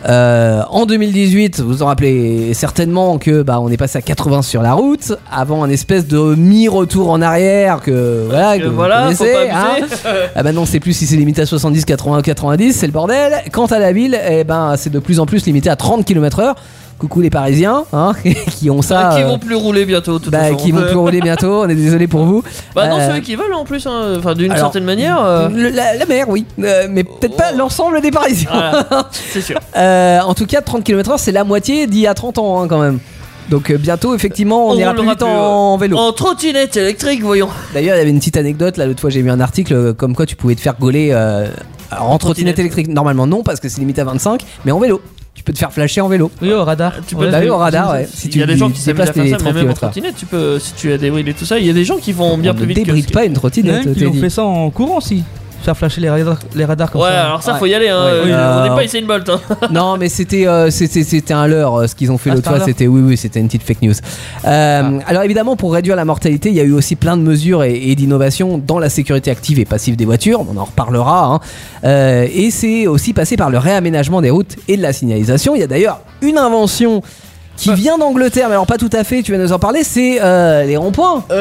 Euh, en 2018, vous vous en rappelez certainement que bah, on est passé à 80 sur la route, avant un espèce de mi-retour en arrière que voilà, que
Euh,
vous
voilà, faut
connaissez,
pas abuser. Euh,
hein. Ah bah non, c'est plus si c'est limité à 70, 80, 90, c'est le bordel. Quant à la ville, eh ben c'est de plus en plus limité à 30 km/h. Coucou les Parisiens, hein, qui ont ça,
Ah, qui
euh,
vont plus rouler bientôt. de toute
bah,
façon. Euh,
qui vont plus rouler bientôt. On est désolé pour vous.
Bah non,
Euh,
ceux qui veulent en plus, hein. enfin d'une
alors,
certaine manière. euh,
le- la, la mer, oui, Euh, mais peut-être pas
Oh.
l'ensemble des Parisiens.
voilà, c'est sûr.
Euh, en tout cas, 30 km/h, c'est la moitié d'il y a 30 ans hein, quand même. Donc euh, bientôt, effectivement, on,
On
ira plus
roulera
vite
plus, euh. Oh.
en vélo.
En trottinette électrique, voyons.
D'ailleurs, il y avait une petite anecdote. Là, l'autre fois, j'ai vu un article euh, comme quoi tu pouvais te faire gauler euh, en trottinette
Trottinette.
électrique. Normalement, non, parce que c'est limité à 25, mais en vélo. Tu peux te faire flasher en vélo.
Oui, au radar.
Ah, Tu
Ouais.
peux
Bah oui, au radar, ouais. Si
Il y a
tu
des gens qui s'amusent
déplaces
à faire
tes
ça, mais
30
même en
km/h.
trottinette, tu peux, si tu as des wheelies et tout ça, il y a des gens qui vont bien
On
plus
ne
vite. que-
débride pas une
Il y en a
trottinette,
même qui l'ont
Teddy.
fait ça en courant aussi. Faire flasher les radars, les radars comme
Ouais,
ça.
alors ça,
Ouais.
faut y aller. Hein.
Ouais.
Euh, On
Euh,
n'est pas Usain Bolt. Hein.
Non, mais c'était euh, c'était c'était un leurre euh, ce qu'ils ont fait
Ah,
l'autre
c'était
fois.
un
C'était
leurre.
oui oui c'était une petite fake news. Euh, Alors évidemment pour réduire la mortalité, il y a eu aussi plein de mesures et, et d'innovations dans la sécurité active et passive des voitures. On en reparlera. hein. Euh, et c'est aussi passé par le réaménagement des routes et de la signalisation. Il y a d'ailleurs une invention qui vient d'Angleterre, mais alors pas tout à fait. Tu vas nous en parler. C'est euh, les ronds-points.
Euh,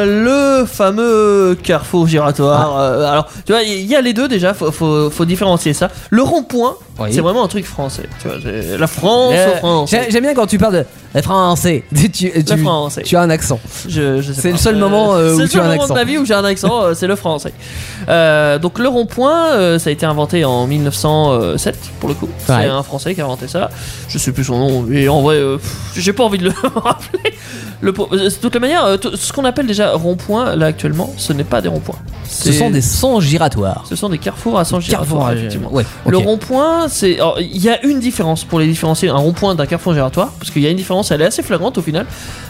le fameux carrefour giratoire. euh, alors, tu vois, il y a les deux déjà, faut, faut, faut différencier ça. Le rond-point,
Oui.
c'est vraiment un truc français. Tu vois, Oh, c'est la France,
Euh,
au français.
j'ai- J'aime bien quand tu parles de les français. Tu, tu,
Le français.
tu as un accent.
Je- je sais
C'est
pas.
le seul
Euh,
moment, euh,
c'est
où
le
tu as
seul
un
moment
accent.
de ma vie où j'ai un accent, euh, c'est le français. Euh, donc le rond-point, euh, ça a été inventé en 1907 pour le coup. C'est
Ouais.
un français qui a inventé ça. Je sais plus son nom. Et en vrai, euh, pff, j'ai pas envie de le rappeler. Le, po- euh, de toute manière, euh, tout- ce qu'on appelle déjà rond-point là actuellement, ce n'est pas des ronds-points.
Ce
C'est-
sont des sons giratoires.
ce sont des carrefours à sens giratoire,
Carrefour,
effectivement.
ouais,
Le
ok.
rond-point, c'est. alors, Il y a une différence pour les différencier, un rond-point d'un carrefour giratoire, parce qu'il y a une différence, elle est assez flagrante au final.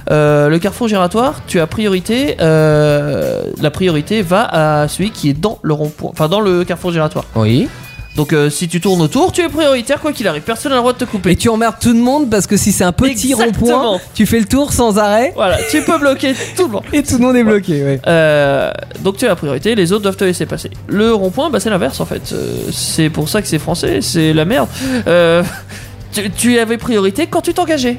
Euh, le carrefour giratoire, tu as priorité. euh, la priorité va à celui qui est dans le rond-point, enfin dans le carrefour giratoire.
Oui.
Donc euh, si tu tournes autour, tu es prioritaire quoi qu'il arrive, personne n'a le droit de te couper.
Et tu emmerdes tout le monde parce que si c'est un petit
Exactement.
rond-point, tu fais le tour sans arrêt
Voilà, tu peux bloquer tout le monde.
et tout le monde est bloqué. Ouais.
Euh, donc tu as la priorité, les autres doivent te laisser passer. Le rond-point, bah, c'est l'inverse en fait. Euh, c'est pour ça que c'est français, c'est la merde. Euh, tu, tu avais priorité quand tu t'engageais.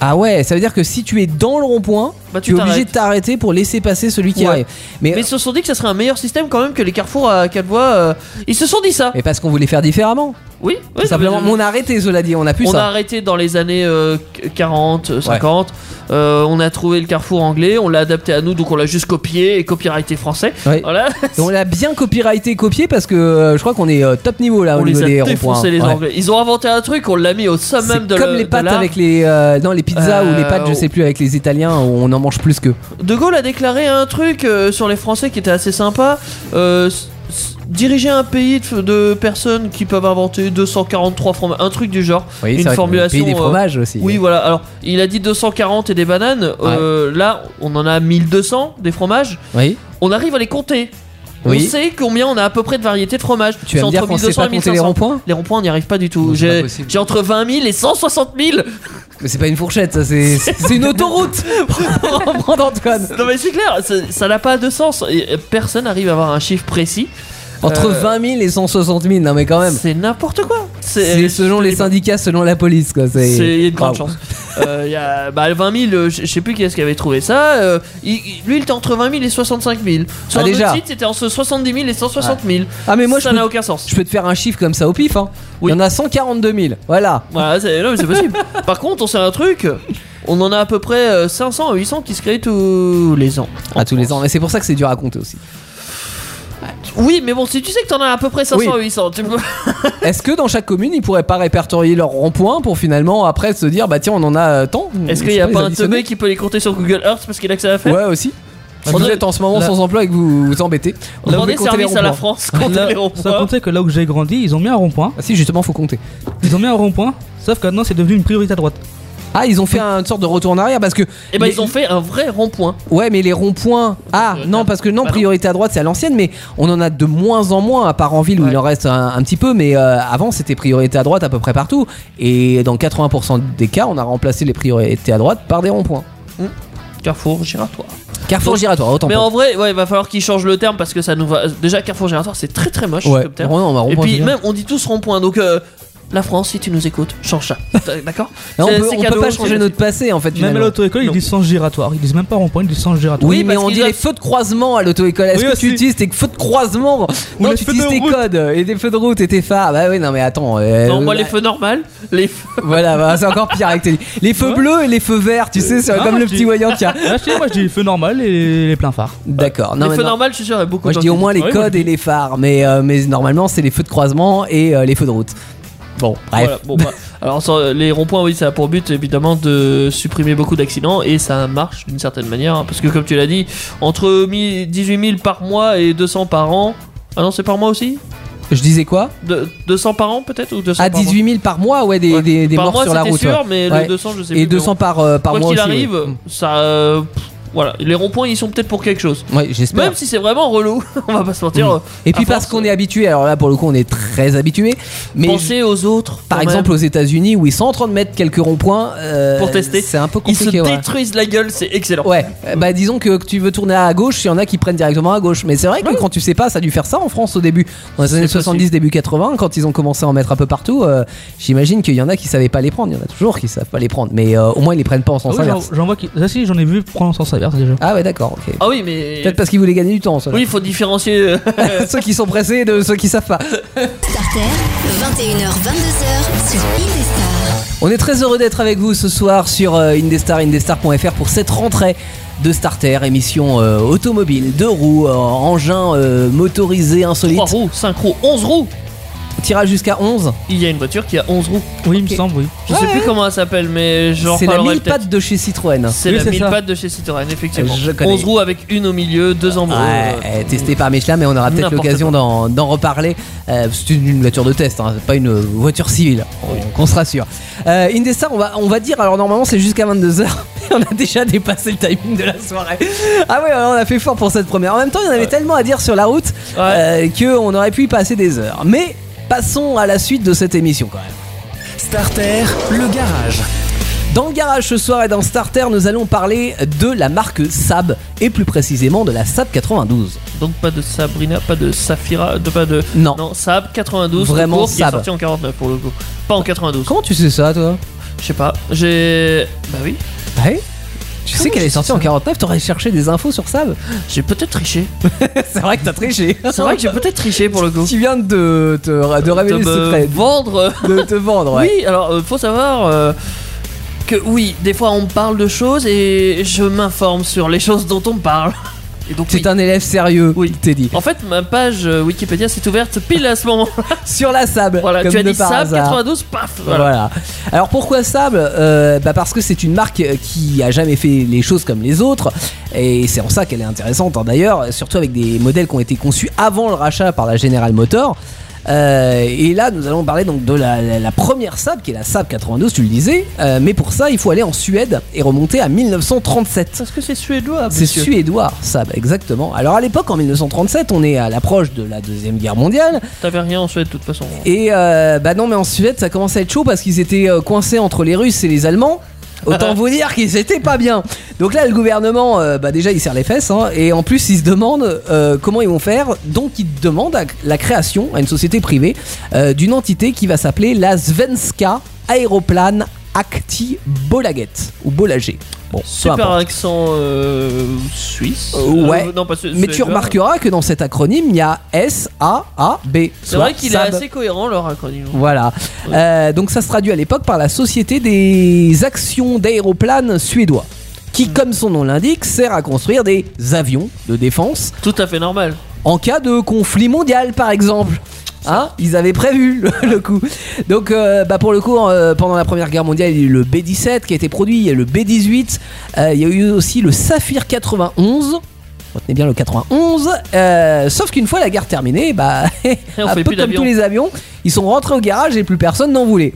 Ah ouais, ça veut dire que si tu es dans le rond-point,
Bah, tu
tu es obligé
t'arrêtes.
de t'arrêter pour laisser passer celui qui
Ouais.
arrive. Mais,
Mais ils se sont dit que ça serait un meilleur système quand même que les carrefours à quatre voies. euh, ils se sont dit ça.
mais parce qu'on voulait faire différemment.
Oui, oui,
Tout simplement,
mais-
Mais on a arrêté, cela dit, on a pu
on a
ça.
arrêté dans les années euh, 40, euh, 50. Euh, on a trouvé le carrefour anglais, on l'a adapté à nous, donc on l'a juste copié et copyrighté français.
Ouais.
Voilà.
Et on l'a bien copyrighté, copié parce que euh, je crois qu'on est euh, top niveau là
on
au niveau
les
des
a
ronds-points.
défoncés les
Ouais.
anglais. Ils ont inventé un truc, on l'a mis au
C'est
summum de
comme
le-
les
de
pâtes
l'art.
avec les euh, non les pizzas ou les
Euh,
pâtes je sais plus avec les Italiens où on en mange plus que
De Gaulle a déclaré un truc euh, sur les Français qui était assez sympa. Euh, s- s- diriger un pays de, de personnes qui peuvent inventer 243 fromages, un truc du genre. Une formulation,
pays des
euh,
fromages aussi
Oui, voilà. Alors, il a dit 240 et des bananes. Euh, Là, on en a 1200 des fromages.
oui
On arrive à les compter.
Oui.
On sait combien on a à peu près de variétés de fromages.
tu vas
C'est
me dire
entre
qu'on sait
1200
pas
et
compter les
1500.
ronds-points
Les ronds-points, on n'y arrive pas du
Non,
tout.
c'est
J'ai
pas possible.
j'ai entre 20 000 et 160 000.
Mais c'est pas une fourchette, ça, c'est, c'est une autoroute pour reprendre Antoine.
non, mais c'est clair, c'est- ça n'a pas de sens. Et, euh, Personne n'arrive à avoir un chiffre précis.
Entre
Euh,
20 000 et 160 000, non mais quand même.
C'est n'importe quoi.
C'est selon les syndicats, selon la police, quoi. C'est,
C'est une
Waouh.
grande chance. Euh, il y a, bah, 20 000, euh, je je sais plus qui est-ce qui avait trouvé ça. euh, il- il- lui, il était entre 20 000 et 65 000. Sur
Ah,
un
déjà.
autre site, c'était entre 70 000 et 160 000.
Ah, mais moi, je
ça
peux-
n'a aucun sens.
Je peux te faire un chiffre comme ça au pif. Hein.
Oui.
Il y en a 142 000. Voilà.
Voilà, c'est non, mais c'est possible. Par contre, on sait un truc. On en a à peu près euh, 500 à 800 qui se créent tous les ans.
À tous les
France.
ans. Mais c'est pour ça que c'est dur à compter aussi.
Oui, mais bon, si tu sais que t'en as à peu près 500
Oui.
à 800, tu peux.
Est-ce que dans chaque commune, ils pourraient pas répertorier leur rond-point pour finalement après se dire, bah tiens, on en a euh, tant
Est-ce
Je
qu'il
sais
n'y a
les
pas un
additionner.
teubé qui peut les compter sur Google Earth parce qu'il a que ça à faire
Ouais, aussi. Si
On
vous
a-
êtes en ce moment
la-
sans emploi et que vous vous embêtez,
On
vous
Rendez
pouvez compter les
service à la
ronds-points.
France, comptez
Là,
les
Sans
ronds-points.
compter que là où j'ai grandi, ils ont mis un rond-point.
Ah si, justement, faut compter.
Ils ont mis un rond-point, sauf que maintenant c'est devenu une priorité à droite.
Ah, ils ont fait une sorte de retour en arrière parce que.
Et ben
les-
ils ont fait un vrai rond-point.
Ouais, mais les ronds-points. Ah,
Priorité à-
non, parce que non,
bah non.
priorité à droite, c'est à l'ancienne, mais on en a de moins en moins, à part en ville où
Ouais.
il en reste un, un petit peu, mais euh, avant, c'était priorité à droite à peu près partout. Et dans 80% des cas, on a remplacé les priorités à droite par des ronds-points.
Carrefour giratoire.
Carrefour
Donc-
giratoire, autant
Mais
pour-
en vrai, ouais, il va falloir qu'ils changent le terme parce que ça nous va. Déjà, Carrefour giratoire, c'est très très moche
Ouais,
comme terme.
rond- on va
Et
rond-point
puis
giratoire.
même, on dit tous rond-point. Donc, euh, la France, si tu nous écoutes, change ça. D'accord
Non,
C'est-
on peut,
c'est
on peut
cadeau,
pas
c'est
changer
gratuit.
notre passé en fait.
Même à
finalement.
l'auto-école, ils
Non.
disent sans giratoire. Ils disent même pas rond-point, ils disent sans giratoire.
Oui,
Oui,
mais
parce
on
qu'ils
dit
doivent-
les feux de croisement à l'auto-école. Est-ce
Oui,
que tu
aussi.
utilises tes feux de croisement
Ou
Non,
les
tu
feux
utilises tes
de route.
codes et des feux de route et tes phares. Ah Bah oui, non, mais attends. euh,
Non, moi,
euh,
les feux normales, les feux.
Voilà, bah, c'est encore pire avec tes... Les feux
Ouais.
bleus et les feux verts, tu sais, c'est
Ah,
comme le
tu-
petit voyant qu'il y a.
Là, Ah, je dis, moi je dis feu normal et les pleins phares.
D'accord. Non,
les
mais
feux
non.
normales, je suis sûr, il y a beaucoup Ah
Moi, je
de
dis
gens
au
qui
moins les
disent-
codes et les phares, mais, euh, mais normalement, c'est les feux de croisement et euh, les feux de route. Bon, bref.
Voilà, bon, bah, alors ça, les ronds-points, oui, ça a pour but évidemment de supprimer beaucoup d'accidents et ça marche d'une certaine manière hein, parce que comme tu l'as dit, entre mi- 18 000 par mois et 200 par an. Ah non, c'est par mois aussi
Je disais quoi
De- 200 par an peut-être ou 200
À
par mois
18 000 par mois, ouais, des,
Ouais.
des, des
Par
morts
mois,
sur la
c'était
route.
sûr,
ouais.
mais
Ouais.
le 200, je sais plus.
Et 200 par, euh, par
par
mois
Quoi qu'il
aussi, ouais.
arrive, ça. euh, pff, voilà, les ronds-points, ils sont peut-être pour quelque chose.
Mm. Ouais, j'espère.
Même si c'est vraiment relou, on va pas se mentir.
Mm.
euh,
Et puis
à
parce
force,
qu'on est habitué, alors là pour le coup on est très habitué, mais
Pensez aux autres.
par
quand même.
exemple aux États-Unis où ils sont en train de mettre quelques ronds-points euh,
Pour tester.
c'est un peu
ils se
compliqué. ouais.
détruisent la gueule, c'est excellent.
Ouais, euh, bah disons que que tu veux tourner à gauche, il y en a qui prennent directement à gauche. Mais c'est vrai que quand tu sais pas, ça a dû faire ça en France au début. Dans les années
possible.
70, début 80, quand ils ont commencé à en mettre un peu partout, euh, j'imagine qu'il y en a qui savaient pas les prendre. Il y en a toujours qui savent pas les prendre. Mais euh, au moins ils les prennent pas en
Ah
sens
oui, j'en-
inverse.
j'en vois qui. Ah si, j'en ai vu prendre en sens inverse déjà.
Ah ouais, d'accord, ok.
Ah oui, mais.
Peut-être parce qu'ils voulaient gagner du temps, ceux-là.
Oui, il faut différencier. euh,
ceux qui sont pressés de ceux qui savent pas.
Starter, 21h-22h sur Indestar.
On est très heureux d'être avec vous ce soir sur euh, Indestar, indestar.fr pour cette rentrée de Starter, émission euh, automobile, deux roues, euh, engins euh, motorisés, insolites.
3 roues, 5 roues, 11 roues.
Tirage jusqu'à 11.
Il y a une voiture qui a 11 roues.
Oui, il me semble, oui.
Je sais plus comment elle s'appelle, mais j'en
C'est la
parlerai
mille
peut-être.
pattes de chez Citroën.
C'est
Oui,
la
c'est
1000
ça.
pattes de chez Citroën, effectivement.
Je connais.
11 roues avec une au milieu, deux en
Ouais, testé par Michelin, mais on aura peut-être
N'importe
l'occasion d'en d'en reparler. Euh, c'est une, une voiture de test, hein, c'est pas une voiture civile, on- qu'on se rassure. Euh, Indestar, on va, on va dire, alors normalement c'est jusqu'à 22h, on a déjà dépassé le timing de la soirée. Ah ouais, alors on a fait fort pour cette première. En même temps, il y en avait tellement à dire sur la route euh, qu'on aurait pu y passer des heures. Mais passons à la suite de cette émission quand même.
Starter, le garage.
Dans le garage ce soir et dans Starter, nous allons parler de la marque Saab et plus précisément de la Saab 92.
Donc pas de Sabrina, pas de Safira, de, pas de.
Non.
Saab 92.
Vraiment
concours Qui est
Saab.
sorti en 49 pour le coup. Pas en 92.
Comment tu sais ça, toi
Je sais pas. J'ai. Bah oui.
Ouais tu Ah sais
Comment
qu'elle
je
est
sais
sortie
ça
en 49, t'aurais cherché des infos sur Saab
J'ai peut-être triché.
C'est vrai que t'as triché.
C'est vrai que j'ai peut-être triché pour le coup.
Tu viens de, te- de révéler
De
le
me
secret,
Vendre. euh,
de te vendre. ouais.
Oui, alors euh, faut savoir euh, que oui, des fois on me parle de choses et je m'informe sur les choses dont on me parle. Et donc oui.
C'est un élève sérieux,
Oui. Oh.
il t'est dit.
En fait, ma page euh, Wikipédia s'est ouverte pile à ce moment.
Sur la Saab,
voilà,
comme
tu as
de
dit
par
ça,
hasard.
92, paf. Voilà.
Voilà. Alors pourquoi Sable Euh, bah Parce que c'est une marque qui a jamais fait les choses comme les autres. Et c'est en ça qu'elle est intéressante hein, d'ailleurs, surtout avec des modèles qui ont été conçus avant le rachat par la General Motors. Euh, et là, nous allons parler donc de la, la- la première Saab qui est la Saab 92, tu le disais. Euh, mais pour ça, il faut aller en Suède et remonter à 1937.
Parce que c'est suédois,
C'est
monsieur.
suédois, Saab, exactement. Alors à l'époque, en 1937, on est à l'approche de la Deuxième Guerre mondiale.
T'avais rien en Suède de toute façon.
Et euh, bah non, mais en Suède, ça commence à être chaud parce qu'ils étaient euh, coincés entre les Russes et les Allemands. Autant vous dire qu'ils étaient pas bien. Donc là, le gouvernement, euh, bah déjà, il serre les fesses, hein, et en plus, il se demande euh, comment ils vont faire. Donc, il demande à la création à une société privée euh, d'une entité qui va s'appeler la Svenska Aeroplan Acti Bolaget ou Bolager. Bon, peu
Super
importe.
accent euh, suisse.
Euh, ouais.
non, pas su-
Mais tu
suédois.
remarqueras que dans cet acronyme, il y a S A A B.
C'est vrai
soit
qu'il est
SAB.
assez cohérent leur acronyme.
Voilà. Euh, donc ça se traduit à l'époque par la Société des actions d'aéroplanes suédois, qui, comme son nom l'indique, sert à construire des avions de défense
Tout à fait normal.
en cas de conflit mondial, par exemple. Hein Ils avaient prévu le, le coup. Donc, euh, bah pour le coup, euh, pendant la Première Guerre mondiale, il y a eu le B-17 qui a été produit, il y a eu le B-18, euh, il y a eu aussi le Saphir 91. Retenez bien le 91. euh, sauf qu'une fois la guerre terminée, bah,
On
un
fait
peu
plus
comme
d'avions.
tous les avions, ils sont rentrés au garage et plus personne n'en voulait.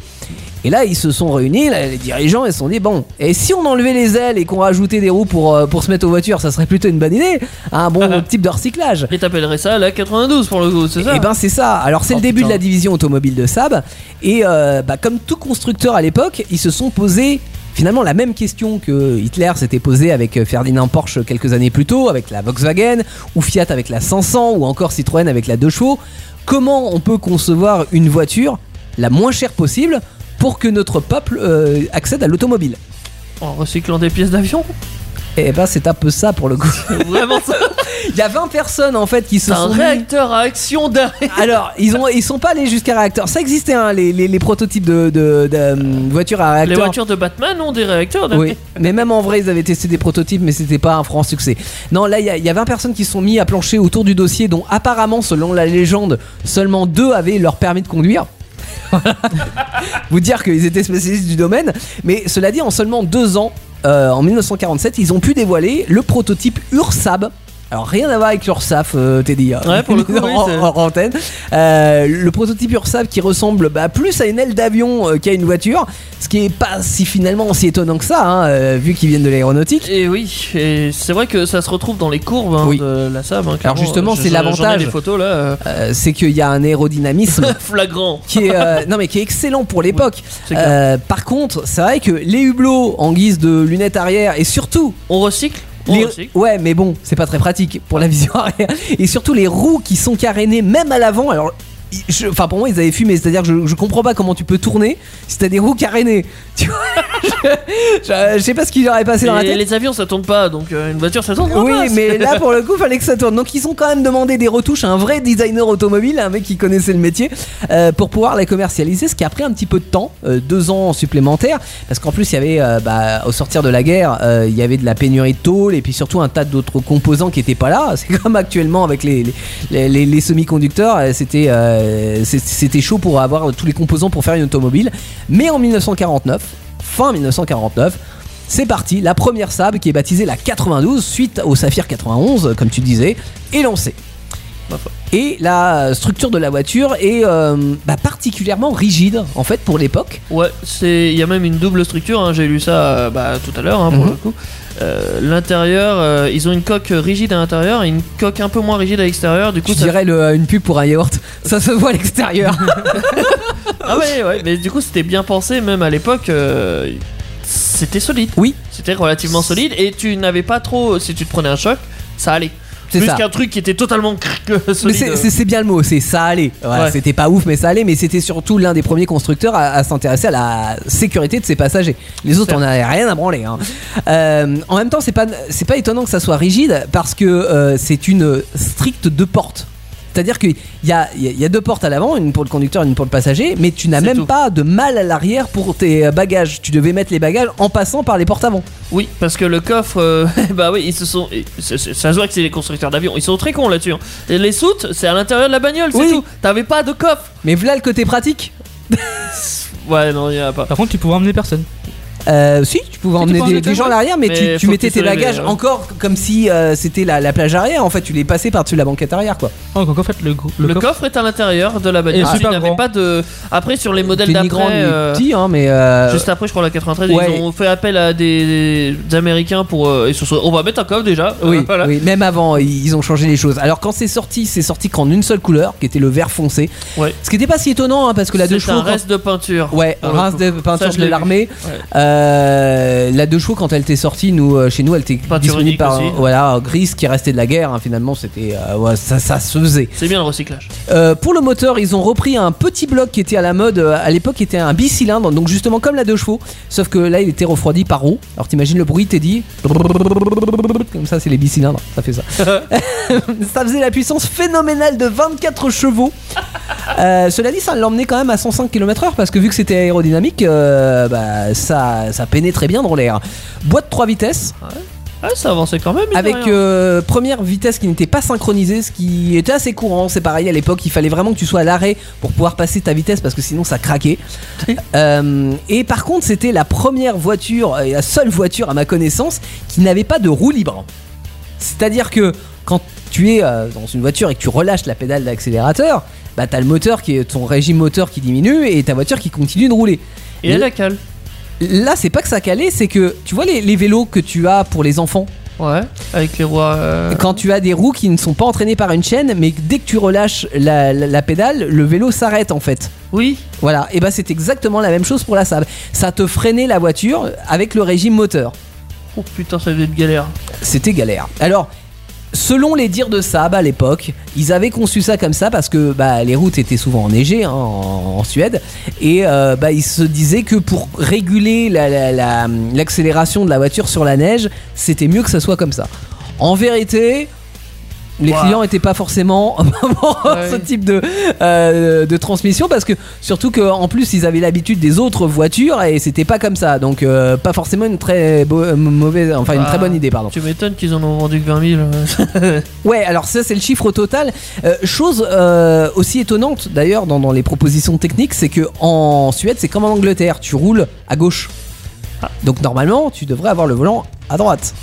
Et là, ils se sont réunis, là, les dirigeants, ils se sont dit bon, et si on enlevait les ailes et qu'on rajoutait des roues pour, euh, pour se mettre aux voitures, ça serait plutôt une bonne idée, un bon type de recyclage.
Et t'appellerais ça la 92 pour le coup, c'est ça
Et ben c'est ça. Alors c'est
Oh,
le début
putain.
de la division automobile de Saab et euh, bah, comme tout constructeur à l'époque, ils se sont posés finalement la même question que Hitler s'était posée avec euh, Ferdinand Porsche quelques années plus tôt, avec la Volkswagen ou Fiat avec la 500 ou encore Citroën avec la 2 chevaux. Comment on peut concevoir une voiture la moins chère possible pour que notre peuple euh, accède à l'automobile
En recyclant des pièces d'avion
Et ben c'est un peu ça pour le coup.
Vraiment ça
Il y a 20 personnes en fait qui se
C'est
sont
un
dit-
réacteur à action d'arrêt
Alors, ils ont, ils sont pas allés jusqu'à réacteur. Ça existait, hein, les, les- les prototypes de, de- de, euh, voitures à
Les
réacteur.
voitures de Batman ont des réacteurs d'arrêt.
Oui, mais même en vrai, ils avaient testé des prototypes, mais c'était pas un franc succès. Non, là, il y, a- il y a 20 personnes qui se sont mis à plancher autour du dossier, dont apparemment, selon la légende, seulement deux avaient leur permis de conduire. Vous dire qu'ils étaient spécialistes du domaine, mais cela dit, en seulement deux ans, euh, en 1947, ils ont pu dévoiler le prototype Ursab. Alors rien à voir avec l'Ursaf, euh, Teddy.
Ouais, pour le coup, oui,
En-
c'est-
hors antenne. Euh, le prototype Ursab qui ressemble bah, plus à une aile d'avion euh, qu'à une voiture, ce qui est pas si finalement si étonnant que ça, hein, euh, vu qu'ils viennent de l'aéronautique.
Et oui, et c'est vrai que ça se retrouve dans les courbes hein,
Oui.
de la SAM. hein, clairement.
justement,
Je-
c'est
j'en ai
l'avantage.
des photos là. euh,
Euh, c'est qu'il y a un aérodynamisme
flagrant.
qui est, euh, non, mais qui est excellent pour l'époque.
c'est clair.
Euh, par contre, c'est vrai que les hublots en guise de lunettes arrière et surtout
On recycle On
Les-
recycle
Ouais, mais bon, c'est pas très pratique pour la vision arrière. Et surtout les roues qui sont carénées même à l'avant. Alors, je- enfin pour moi ils avaient fumé. C'est-à-dire que je, je comprends pas comment tu peux tourner si t'as des roues carénées. Tu vois, je, je- je sais pas ce qui leur est passé dans la
Et
tête.
les avions ça tourne pas, donc euh, une voiture ça tourne pas.
Oui,
mince.
mais là pour le coup, fallait que ça tourne. Donc ils ont quand même demandé des retouches à un vrai designer automobile, un mec qui connaissait le métier, euh, pour pouvoir la commercialiser, ce qui a pris un petit peu de temps, euh, deux ans supplémentaires, parce qu'en plus il y avait, euh, bah, au sortir de la guerre, euh, il y avait de la pénurie de tôle et puis surtout un tas d'autres composants qui n'étaient pas là. C'est comme actuellement avec les, les- les, les- les semi-conducteurs, euh, c'était euh, c'est- c'était chaud pour avoir tous les composants pour faire une automobile. Mais en 1949, fin 1949. C'est parti, la première Saab qui est baptisée la 92 suite au Saphir 91, comme tu disais, est lancée. Et la structure de la voiture est euh, bah, particulièrement rigide en fait pour l'époque.
Ouais, c'est il y a même une double structure. hein, J'ai lu ça euh, bah, tout à l'heure hein, pour
Mhm.
le coup. Euh, l'intérieur, euh, ils ont une coque rigide à l'intérieur et une coque un peu moins rigide à l'extérieur. Du coup,
Je
ça...
dirais le- une pub pour un yaourt, ça se voit à l'extérieur.
ah ouais, ouais, mais du coup c'était bien pensé même à l'époque. euh, C'était solide.
Oui.
C'était relativement solide et tu n'avais pas trop. Si tu te prenais un choc, ça allait.
C'est
Plus
ça.
qu'un truc qui était totalement solide. euh,
Mais c'est- c'est c'est bien le mot, c'est ça allait. Voilà,
Ouais.
C'était pas ouf, mais ça allait. Mais c'était surtout l'un des premiers constructeurs à, à s'intéresser à la sécurité de ses passagers. Les autres, on n'avait rien à branler. hein. Euh, en même temps, c'est pas c'est pas étonnant que ça soit rigide parce que euh, c'est une stricte deux portes. C'est-à-dire qu'il y a, il y a- il y a deux portes à l'avant, une pour le conducteur, une pour le passager, mais tu n'as
C'est
même
tout.
pas de mal à l'arrière pour tes euh, bagages. Tu devais mettre les bagages en passant par les portes avant.
Oui, parce que le coffre, euh, bah oui, ils se sont. et c'est- c'est- Ça se voit que c'est les constructeurs d'avions, ils sont très cons là-dessus. hein. Et Les soutes, c'est à l'intérieur de la bagnole, c'est
Oui.
tout. T'avais pas de coffre.
Mais voilà le côté pratique.
Ouais, non, il y en a pas.
Par contre, tu pouvais emmener personne.
Euh, si, tu pouvais emmener
pouvais
des,
emmener
des gens à
ouais.
l'arrière, mais,
Mais
tu- tu,
faut que
mettais
tu
tes
sois
bagages
les-
encore comme si euh, c'était la, la plage arrière. En fait, tu les passais par-dessus la banquette arrière, quoi.
Oh, donc en fait, le, gros-
Le,
le coffre.
coffre, est à l'intérieur de la bagnole.
Et super
il n'avait
grand.
pas de. Après, sur les modèles
T'es ni grand
d'après.
ni
euh,
petit, hein, mais. euh,
Juste après, je crois, la 93,
ouais.
ils ont fait appel à des, des Américains pour. euh, ils se sont- on va mettre un coffre déjà.
Oui,
Euh, voilà.
oui, même avant, ils ils ont changé les choses. Alors quand c'est sorti, c'est sorti qu'en une seule couleur, qui était le vert foncé.
Ouais.
Ce qui n'était pas si étonnant, hein, parce que la deux
C'est un
chevaux, quand-
reste de peinture.
Ouais,
Pour le
rince
coup.
de
Ça,
peinture
je
de
l'ai vu.
l'armée.
Ouais.
Euh, euh, la deux chevaux quand elle était sortie, nous euh, chez nous, elle était
Peinture
disponible
unique
par
aussi.
voilà grise qui restait de la guerre. hein, finalement, c'était euh, ouais, ça, ça se faisait.
C'est bien le recyclage.
Euh, pour le moteur, ils ont repris un petit bloc qui était à la mode euh, à l'époque, qui était un bicylindre, donc justement comme la deux chevaux, sauf que là il était refroidi par eau. Alors t'imagines le bruit, t'es dit comme ça, c'est les bicylindres, ça fait ça.
Ah,
ça faisait la puissance phénoménale de 24 chevaux. Euh, cela dit, ça l'emmenait quand même à 105 km/h parce que vu que c'était aérodynamique, euh, bah, ça, ça pénétrait bien dans l'air. Boîte 3 vitesses
Ah, ça avançait quand même. mine de
avec
rien.
euh, première vitesse qui n'était pas synchronisée, ce qui était assez courant. C'est pareil à l'époque, il fallait vraiment que tu sois à l'arrêt pour pouvoir passer ta vitesse parce que sinon ça craquait. Euh, et par contre, c'était la première voiture et la seule voiture à ma connaissance qui n'avait pas de roue libre. C'est-à-dire que quand tu es euh, dans une voiture et que tu relâches la pédale d'accélérateur, bah t'as le moteur qui est ton régime moteur qui diminue et ta voiture qui continue de rouler.
Et elle a cale.
Là, c'est pas que ça calait, c'est que tu vois les- les vélos que tu as pour les enfants.
Ouais. Avec les rois. euh,
Quand tu as des roues qui ne sont pas entraînées par une chaîne, mais que dès que tu relâches la, la- la pédale, le vélo s'arrête en fait.
Oui.
Voilà, et bah c'est exactement la même chose pour la sable. Ça te freinait la voiture avec le régime moteur.
Oh putain, ça devait être galère.
C'était galère. Alors, selon les dires de Saab à l'époque, ils avaient conçu ça comme ça parce que bah, les routes étaient souvent enneigées hein, en, en Suède. Et euh, bah, ils se disaient que pour réguler la- la- la- l'accélération de la voiture sur la neige, c'était mieux que ça soit comme ça. En vérité. Les
Ouah.
clients n'étaient pas forcément pour
Ouais.
ce type de, euh, de transmission parce que surtout qu'en plus ils avaient l'habitude des autres voitures et c'était pas comme ça donc euh, pas forcément une très beau- euh, mauvaise enfin une
Ah,
très bonne idée pardon.
Tu m'étonnes qu'ils en ont vendu que euh. 20 000.
Ouais, alors ça c'est le chiffre au total. Euh, chose euh, aussi étonnante d'ailleurs dans, dans les propositions techniques, c'est que en Suède c'est comme en Angleterre, tu roules à gauche. Donc normalement tu devrais avoir le volant à droite.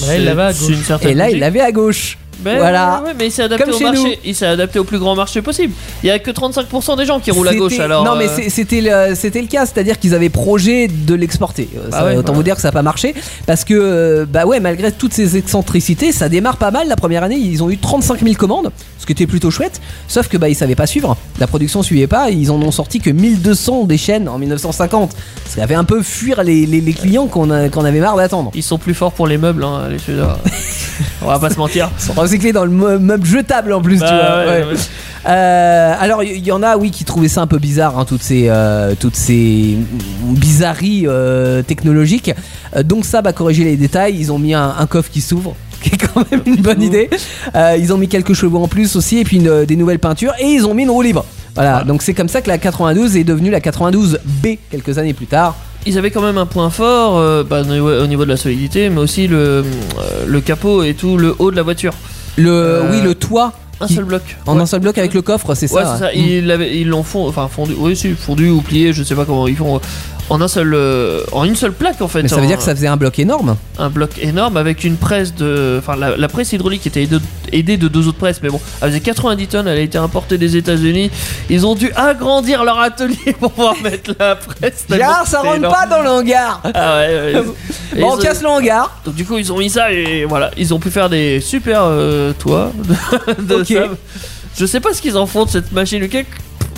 Bah,
Ouais, il l'avait à
C'est
gauche.
une certaine
Et là il
logique.
l'avait à gauche.
Mais,
voilà.
Ben ouais, mais il s'est adapté
Comme
au
chez
marché.
nous.
Il s'est adapté au plus grand marché possible. Il y a que 35% des gens qui roulent à gauche
C'était-
alors.
Non mais
euh,
c'est- c'était le, c'était le cas, c'est-à-dire qu'ils avaient projet de l'exporter. Euh,
Bah
ça,
ouais,
autant
voilà.
vous dire que ça n'a pas marché parce que euh, bah ouais malgré toutes ces excentricités, ça démarre pas mal. La première année ils ont eu 35 000 commandes, ce qui était plutôt chouette. Sauf que bah ils savaient pas suivre, la production suivait pas, et ils en ont sorti que 1200 des chaînes en 1950. Ça avait un peu fuir les, les- les clients qu'on a- qu'on avait marre d'attendre.
Ils sont plus forts pour les meubles, hein, les Suédois. On va pas se mentir.
Ils sont recyclés dans le meu- meuble jetable en plus, tu
Bah
vois.
ouais,
Ouais.
ouais.
Euh, alors il y, y en a oui qui trouvaient ça un peu bizarre hein, toutes ces euh, toutes ces bizarreries euh, technologiques. Euh, donc ça va corriger les détails. Ils ont mis un, un coffre qui s'ouvre, qui est quand même une bonne idée. Euh, ils ont mis quelques chevaux en plus aussi et puis une- euh, des nouvelles peintures et ils ont mis une roue libre. Voilà, donc c'est comme ça que la 92 est devenue la 92 B quelques années plus tard.
Ils avaient quand même un point fort euh, bah, au niveau- au niveau de la solidité, mais aussi le, euh, le capot et tout le haut de la voiture.
Le
Euh,
oui le toit
Un
qui-
seul bloc.
en
Ouais.
un seul bloc avec le coffre, c'est
Ouais,
ça. hein.
c'est ça.
ouais.
Ils l'avaient- ils l'ont fond- enfin, fondu, oui, si, fondu ou plié, je sais pas comment ils font. euh, En un seul, euh, en une seule plaque en fait. hein.
Mais ça veut
en-
dire que ça faisait un bloc énorme.
un bloc énorme avec une presse de. Enfin, la, la presse hydraulique était aidée, aidée de deux autres presses, mais bon, elle faisait 90 tonnes, elle a été importée des États-Unis. Ils ont dû agrandir leur atelier pour pouvoir mettre la presse. tellement
Gérard, ça
c'était
rentre
Bah, énorme.
pas dans le hangar.
Ah ouais, ouais. Et
Bon, on
ils ont-
casse le hangar.
Donc, du coup, ils ont mis ça et voilà, ils ont pu faire des super euh, toits de, de
Ok.
sable. Je sais pas ce qu'ils en font de cette machine, Lucas.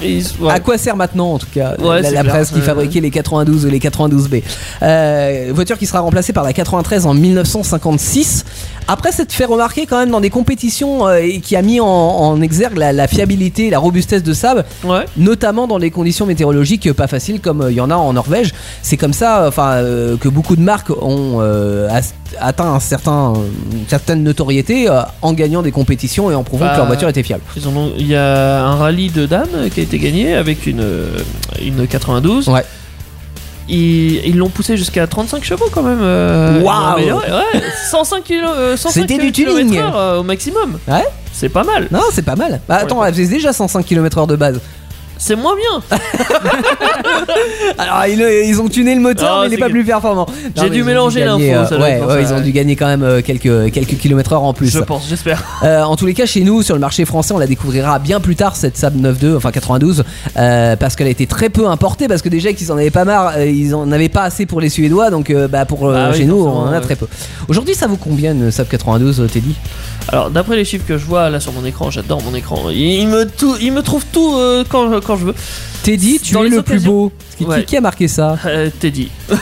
Ils, ouais.
À quoi sert maintenant en tout cas
Ouais,
la,
c'est
la
clair.
presse qui
Ouais,
fabriquait les 92 ou les 92B Euh, Voiture qui sera remplacée par la 93 en 1956. Après s'être fait remarquer quand même dans des compétitions euh, et qui a mis en, en exergue la, la fiabilité et la robustesse de Saab,
Ouais.
notamment dans les conditions météorologiques pas faciles comme euh, il y en a en Norvège. C'est comme ça enfin, euh, que beaucoup de marques ont euh, as- atteint un certain, une certaine notoriété euh, en gagnant des compétitions et en prouvant
Bah,
que leur voiture était fiable.
Ils en ont- Il y a un rallye de dames qui a été gagné avec une, euh, une 92.
Ouais.
Ils ils l'ont poussé jusqu'à 35 chevaux quand même.
Waouh.
euh, ils l'ont amélioré, ouais, 105 kilo, euh, 105
C'était du
km/h,
tuning.
euh, au maximum.
Ouais.
C'est pas mal.
Non, c'est pas mal. Bah, attends, elle faisait déjà 105 km/h de base.
C'est moins
Ah
bien.
Alors ils, ils ont tuné le moteur,
Ah,
mais il est
c'est
pas
que-
plus performant.
J'ai
mais
dû
ils ont
mélanger
gagner,
l'info, ça
euh,
doit
ouais,
être pour
ouais,
ça,
ils ont
ouais.
dû gagner quand même euh, quelques quelques kilomètres heure en plus.
Je pense, j'espère.
Euh, en tous les cas, chez nous, sur le marché français, on la découvrira bien plus tard cette Saab 92, enfin 92, euh, parce qu'elle a été très peu importée, parce que déjà qu'ils en avaient pas marre, euh, ils en avaient pas assez pour les Suédois, donc euh, bah pour euh,
Ah oui,
chez nous, on
forcément,
en a
ouais.
très peu. Aujourd'hui, ça vaut combien une Saab 92, euh, Teddy
Alors d'après les chiffres que je vois là sur mon écran, j'adore mon écran. Il, il me, tou- il me trouve tout euh, quand, je- quand je veux.
Teddy, tu
Dans
es
les
le plus
occasions-
beau. Qui, qui-
Ouais.
qui a marqué ça
Euh, Teddy.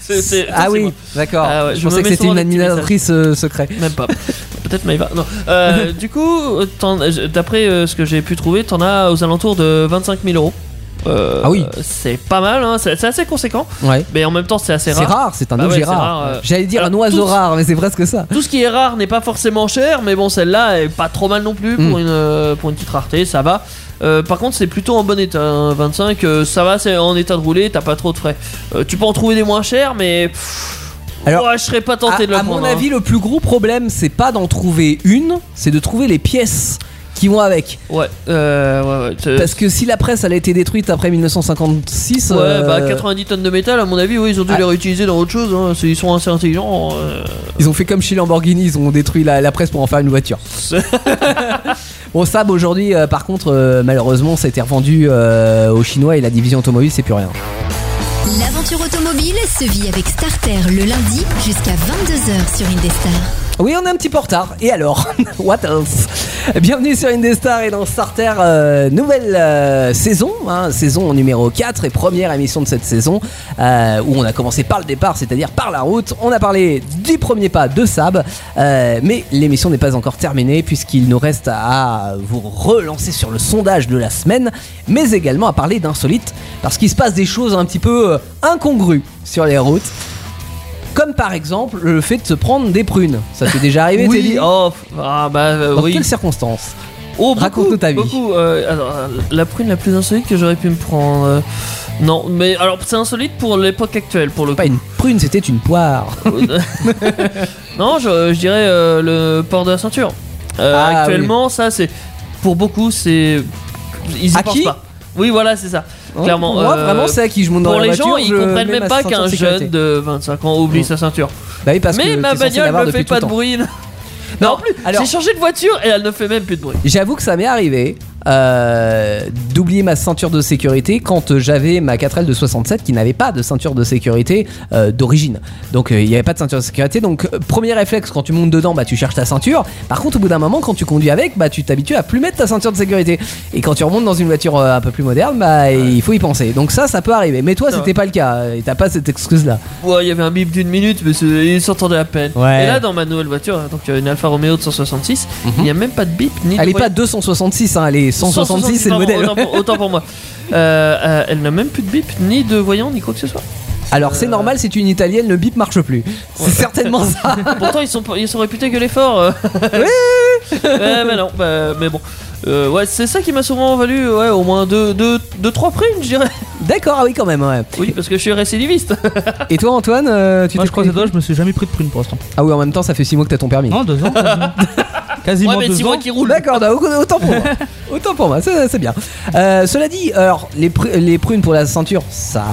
C'est- c'est- ça,
Ah
c'est
oui,
moi.
d'accord.
Ah ouais,
je,
je me
pensais que
mets
c'était
souvent
une
des petits
admiratrice euh, secret.
Même pas. Peut-être Maïva. Non. Euh, du coup, t'en- d'après euh, ce que j'ai pu trouver, t'en as aux alentours de 25 000 euros. Euh,
Ah oui.
C'est pas mal, hein. c'est c'est assez conséquent,
Ouais.
mais en même temps c'est assez
C'est
rare.
rare, c'est un
Bah ouais,
objet
c'est
rare.
rare, euh.
J'allais dire
Alors,
un oiseau
tous-
rare, mais c'est presque ça.
Tout ce qui est rare n'est pas forcément cher, mais bon, celle-là est pas trop mal non plus
Hmm.
pour, une, euh, pour une petite rareté, ça va. Euh, par contre, c'est plutôt en bon état. hein. 25, euh, ça va, c'est en état de rouler, t'as pas trop de frais. Euh, tu peux en trouver des moins chers, mais. pff,
Alors,
ouais, je serais pas tenté
à,
de la
à mon
prendre, hein.
avis, le plus gros problème, c'est pas d'en trouver une, c'est de trouver les pièces qui vont avec.
Ouais, euh, ouais, ouais. c'est-
Parce que si la presse elle a été détruite après 1956,
Ouais,
euh,
bah 90 tonnes de métal, à mon avis, oui, ils ont dû
Ah.
les réutiliser dans autre chose. hein. C'est- Ils sont assez intelligents. euh.
ils ont fait comme chez Lamborghini, ils ont détruit la, la presse pour en faire une voiture. Bon, Saab aujourd'hui, euh, par contre, euh, malheureusement, ça a été revendu euh, aux Chinois et la division automobile, c'est plus rien.
L'aventure automobile se vit avec Starter le lundi jusqu'à 22h sur Indestar.
Oui, on est un petit peu en retard. Et alors What else Bienvenue sur Indestar et dans Starter, euh, nouvelle euh, saison, hein, saison numéro 4 et première émission de cette saison euh, où on a commencé par le départ, c'est-à-dire par la route. On a parlé du premier pas de Sab, euh, mais l'émission n'est pas encore terminée puisqu'il nous reste à vous relancer sur le sondage de la semaine, mais également à parler d'insolites parce qu'il se passe des choses un petit peu euh, incongrues sur les routes. Comme par exemple le fait de se prendre des prunes. Ça t'est déjà arrivé,
oui,
Teddy
oh, f- ah, bah euh,
Dans
oui.
quelles circonstances
Oh, beaucoup,
Raconte-nous ta vie.
beaucoup, euh, alors, euh, la prune la plus insolite que j'aurais pu me prendre. euh, Non, mais alors c'est insolite pour l'époque actuelle, pour le
Pas une prune, c'était une poire.
coup. non, je, je dirais euh, le port de la ceinture. Euh,
Ah,
actuellement, ça, c'est. Pour beaucoup, c'est. Ils y
Acquis
pensent pas. Oui, voilà, c'est ça. Clairement.
Moi,
euh,
vraiment, c'est à qui je monte dans
Pour
la
les
voiture,
gens,
je
ils comprennent
mets
même
ma
pas
ceinture
qu'un
de sécurité.
jeune de 25 ans oublie
Mm.
sa ceinture.
Bah oui, parce que
mais
t'es
ma
censé
bagnole
l'avoir
ne
depuis
fait
tout le
pas de
temps.
bruit.
Non,
Non, en plus,
alors-
j'ai changé de voiture et elle ne fait même plus de bruit.
J'avoue que ça m'est arrivé euh, d'oublier ma ceinture de sécurité quand euh, j'avais ma 4L de 67 qui n'avait pas de ceinture de sécurité euh, d'origine. Donc euh, il n'y avait pas de ceinture de sécurité. Donc euh, premier réflexe quand tu montes dedans, bah tu cherches ta ceinture. Par contre au bout d'un moment quand tu conduis avec, bah tu t'habitues à plus mettre ta ceinture de sécurité. Et quand tu remontes dans une voiture euh, un peu plus moderne, bah il faut y penser. Donc ça ça peut arriver. Mais toi
Ça
c'était pas le cas euh, et t'as pas cette excuse là.
Ouais, il y avait un bip d'une minute, mais c'est- il s'entendait à peine.
Ouais. Mhm.
Et là, dans ma nouvelle voiture, donc euh, une Alfa Romeo de 166, il n'y a même pas de bip ni de
Elle est
bruit.
pas 266 hein, elle est 166 c'est le
pardon,
modèle.
Autant pour, autant pour moi. Euh, euh, elle n'a même plus de bip, ni de voyant, ni quoi que ce soit.
Alors c'est normal si tu es une italienne le bip marche plus. C'est certainement ça.
Pourtant, ils sont, ils sont réputés que l'effort. euh. Ouais, mais non, bah, mais bon. Euh, ouais, c'est ça qui m'a souvent valu ouais, au moins 2 deux, deux, 3 primes, je dirais.
D'accord, ah oui, quand même. ouais.
Oui, parce que je suis récidiviste.
Et toi, Antoine, euh, tu
Moi,
t'es
je crois
pris-
que toi, je me suis jamais pris de prune pour l'instant.
Ah oui, en même temps, ça fait 6 mois que t'as ton permis.
Non, deux ans. Quasiment,
Ouais,
quasiment
mais
deux
si
ans.
moi qui roule.
D'accord, bah, autant pour moi. Autant pour moi, ça, c'est bien. Euh, cela dit, alors, les, pr- les prunes pour la ceinture, ça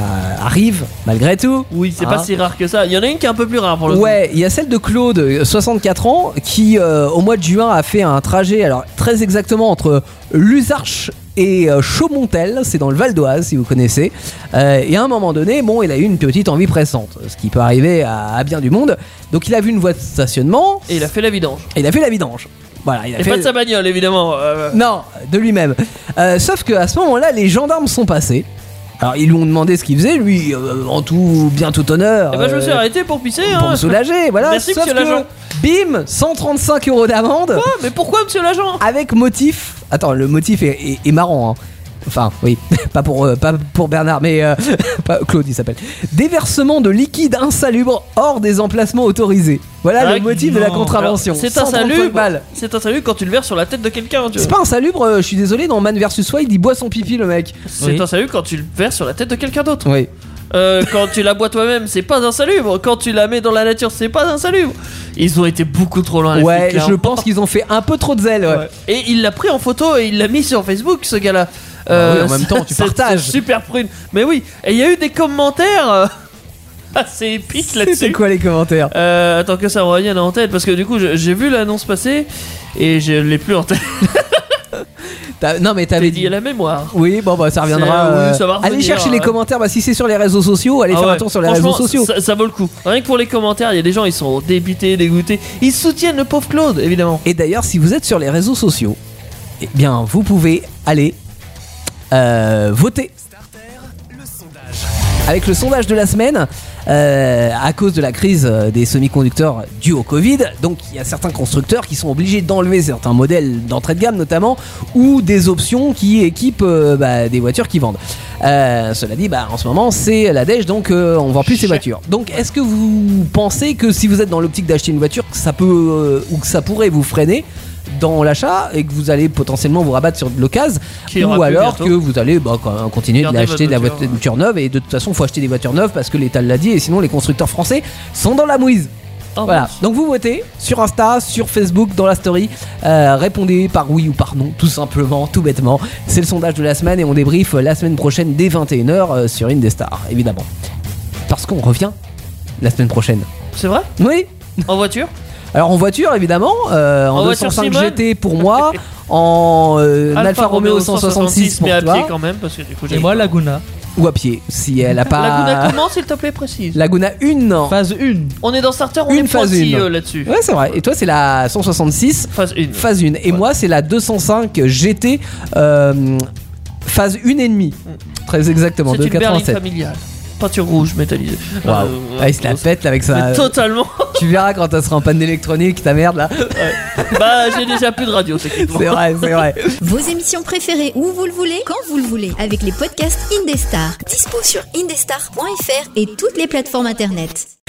arrive, malgré tout.
Oui, c'est
Hein
pas si rare que ça. Il y en a une qui est un peu plus rare pour le coup.
Ouais, il y a celle de Claude, 64 ans, qui euh, au mois de juin a fait un trajet, alors très exactement entre Lusarches et euh, Chaumontel, c'est dans le Val d'Oise si vous connaissez. Euh, et à un moment donné, bon, il a eu une petite envie pressante, ce qui peut arriver à, à bien du monde. Donc il a vu une voie de stationnement
Et il a fait la vidange.
et il a fait la vidange. Voilà, il a
Et
fait.
pas de sa bagnole, évidemment. euh,
Non, de lui-même. Euh, sauf que à ce moment-là, les gendarmes sont passés. Alors ils lui ont demandé ce qu'il faisait, lui, euh, en tout, bien tout honneur.
Et bah, je me suis
euh,
arrêté pour pisser.
pour
hein.
me soulager, voilà.
Merci,
Sauf
monsieur
que,
l'agent.
Bim, 135 euros d'amende
Ah, mais pourquoi, monsieur l'agent
avec motif. Attends, le motif est, est- est marrant. hein. Enfin, oui, pas pour, euh, pas pour Bernard, mais euh, pas- Claude, il s'appelle. Déversement de liquide insalubre hors des emplacements autorisés. Voilà
Ah,
le motif de la
non.
contravention.
Alors, C'est
135
insalubre.
balles.
C'est insalubre quand tu le verses sur la tête de quelqu'un. tu
C'est
vois.
pas insalubre, euh, je suis désolé, dans Man vs Wild, il boit son pipi, le mec.
C'est insalubre quand tu le verses sur la tête de quelqu'un d'autre.
Oui.
Euh, quand tu la bois toi-même, c'est pas insalubre. Quand tu la mets dans la nature, c'est pas insalubre. Ils ont été beaucoup trop loin. Ah, les
Ouais,
flics,
je
clairement.
pense qu'ils ont fait un peu trop de zèle. ouais.
Ouais. Et il l'a pris en photo et il l'a mis sur Facebook, ce gars-là.
Bah
Euh,
oui, en même temps, tu
c'est-
partages.
c'est Super prune. Mais oui, et il y a eu des commentaires euh, assez épiques
C'est
là-dessus.
quoi les commentaires
Euh, attends que ça me revienne en tête parce que du coup je- j'ai vu l'annonce passer et je l'ai plus en tête.
T'as- Non, mais
J'ai
t'avais
dit à la mémoire.
Oui, bon, bah ça reviendra.
C'est- oui,
euh,
ça va
allez
revenir,
chercher les
ouais.
commentaires. Bah, si c'est sur les réseaux sociaux, allez
Ah
faire un
ouais.
tour sur les
Franchement,
réseaux sociaux.
Ça, ça vaut le coup. Rien que pour les commentaires, il y a des gens, ils sont débités, dégoûtés. Ils soutiennent le pauvre Claude, évidemment.
Et d'ailleurs, si vous êtes sur les réseaux sociaux, eh bien, vous pouvez aller euh, voter
Le sondage.
avec le sondage de la semaine euh, à cause de la crise euh, des semi-conducteurs due au Covid. Donc il y a certains constructeurs qui sont obligés d'enlever certains modèles d'entrée de gamme notamment ou des options qui équipent euh, bah, des voitures qui vendent. Euh, cela dit, bah, en ce moment c'est la dèche donc euh, on vend plus ces voitures. Donc est-ce que vous pensez que si vous êtes dans l'optique d'acheter une voiture, que ça peut euh, ou que ça pourrait vous freiner dans l'achat et que vous allez potentiellement vous rabattre sur de l'occasion
Qui ira
ou
plus
alors
bientôt.
que vous allez bah, quand même continuer
Gardez
d'acheter de la
votre hein.
voiture, voiture neuve et de toute façon faut acheter des voitures neuves parce que l'État l'a dit et sinon les constructeurs français sont dans la mouise.
Oh,
Voilà,
mince.
donc vous votez sur Insta, sur Facebook, dans la story, Euh, répondez par oui ou par non, tout simplement, tout bêtement. C'est le sondage de la semaine et on débrief la semaine prochaine dès 21h euh, sur une des stars, évidemment. Parce qu'on revient la semaine prochaine.
C'est vrai
Oui,
En voiture
alors en voiture évidemment, euh, en,
En voiture
205
Simone.
GT pour moi, en euh, Alfa, Romeo 166 pour
mais à
toi,
pied quand même, parce que du coup, j'ai.
Et moi, Laguna.
ou à pied si elle a pas.
Laguna, comment, s'il te plaît, précise
Laguna 1 non.
Phase 1.
On est dans Starter, on
Une
est
phase
pointilleux,
une.
là-dessus.
Ouais, c'est vrai. Et toi, c'est la 166
Phase 1.
phase 1. Et moi, c'est la 205 GT euh, phase 1 et demi. Très exactement,
C'est
de
une berline
87.
familiale. Peinture rouge métallisée.
Waouh.
Euh,
Ah, il se la pète là, avec
mais
ça.
totalement.
Tu verras quand elle sera en panne d'électronique, ta merde là.
bah, j'ai déjà plus de radio, techniquement.
C'est vrai, c'est vrai.
Vos émissions préférées où vous le voulez, quand vous le voulez, avec les podcasts Indestar. Dispo sur indestar.fr et toutes les plateformes internet.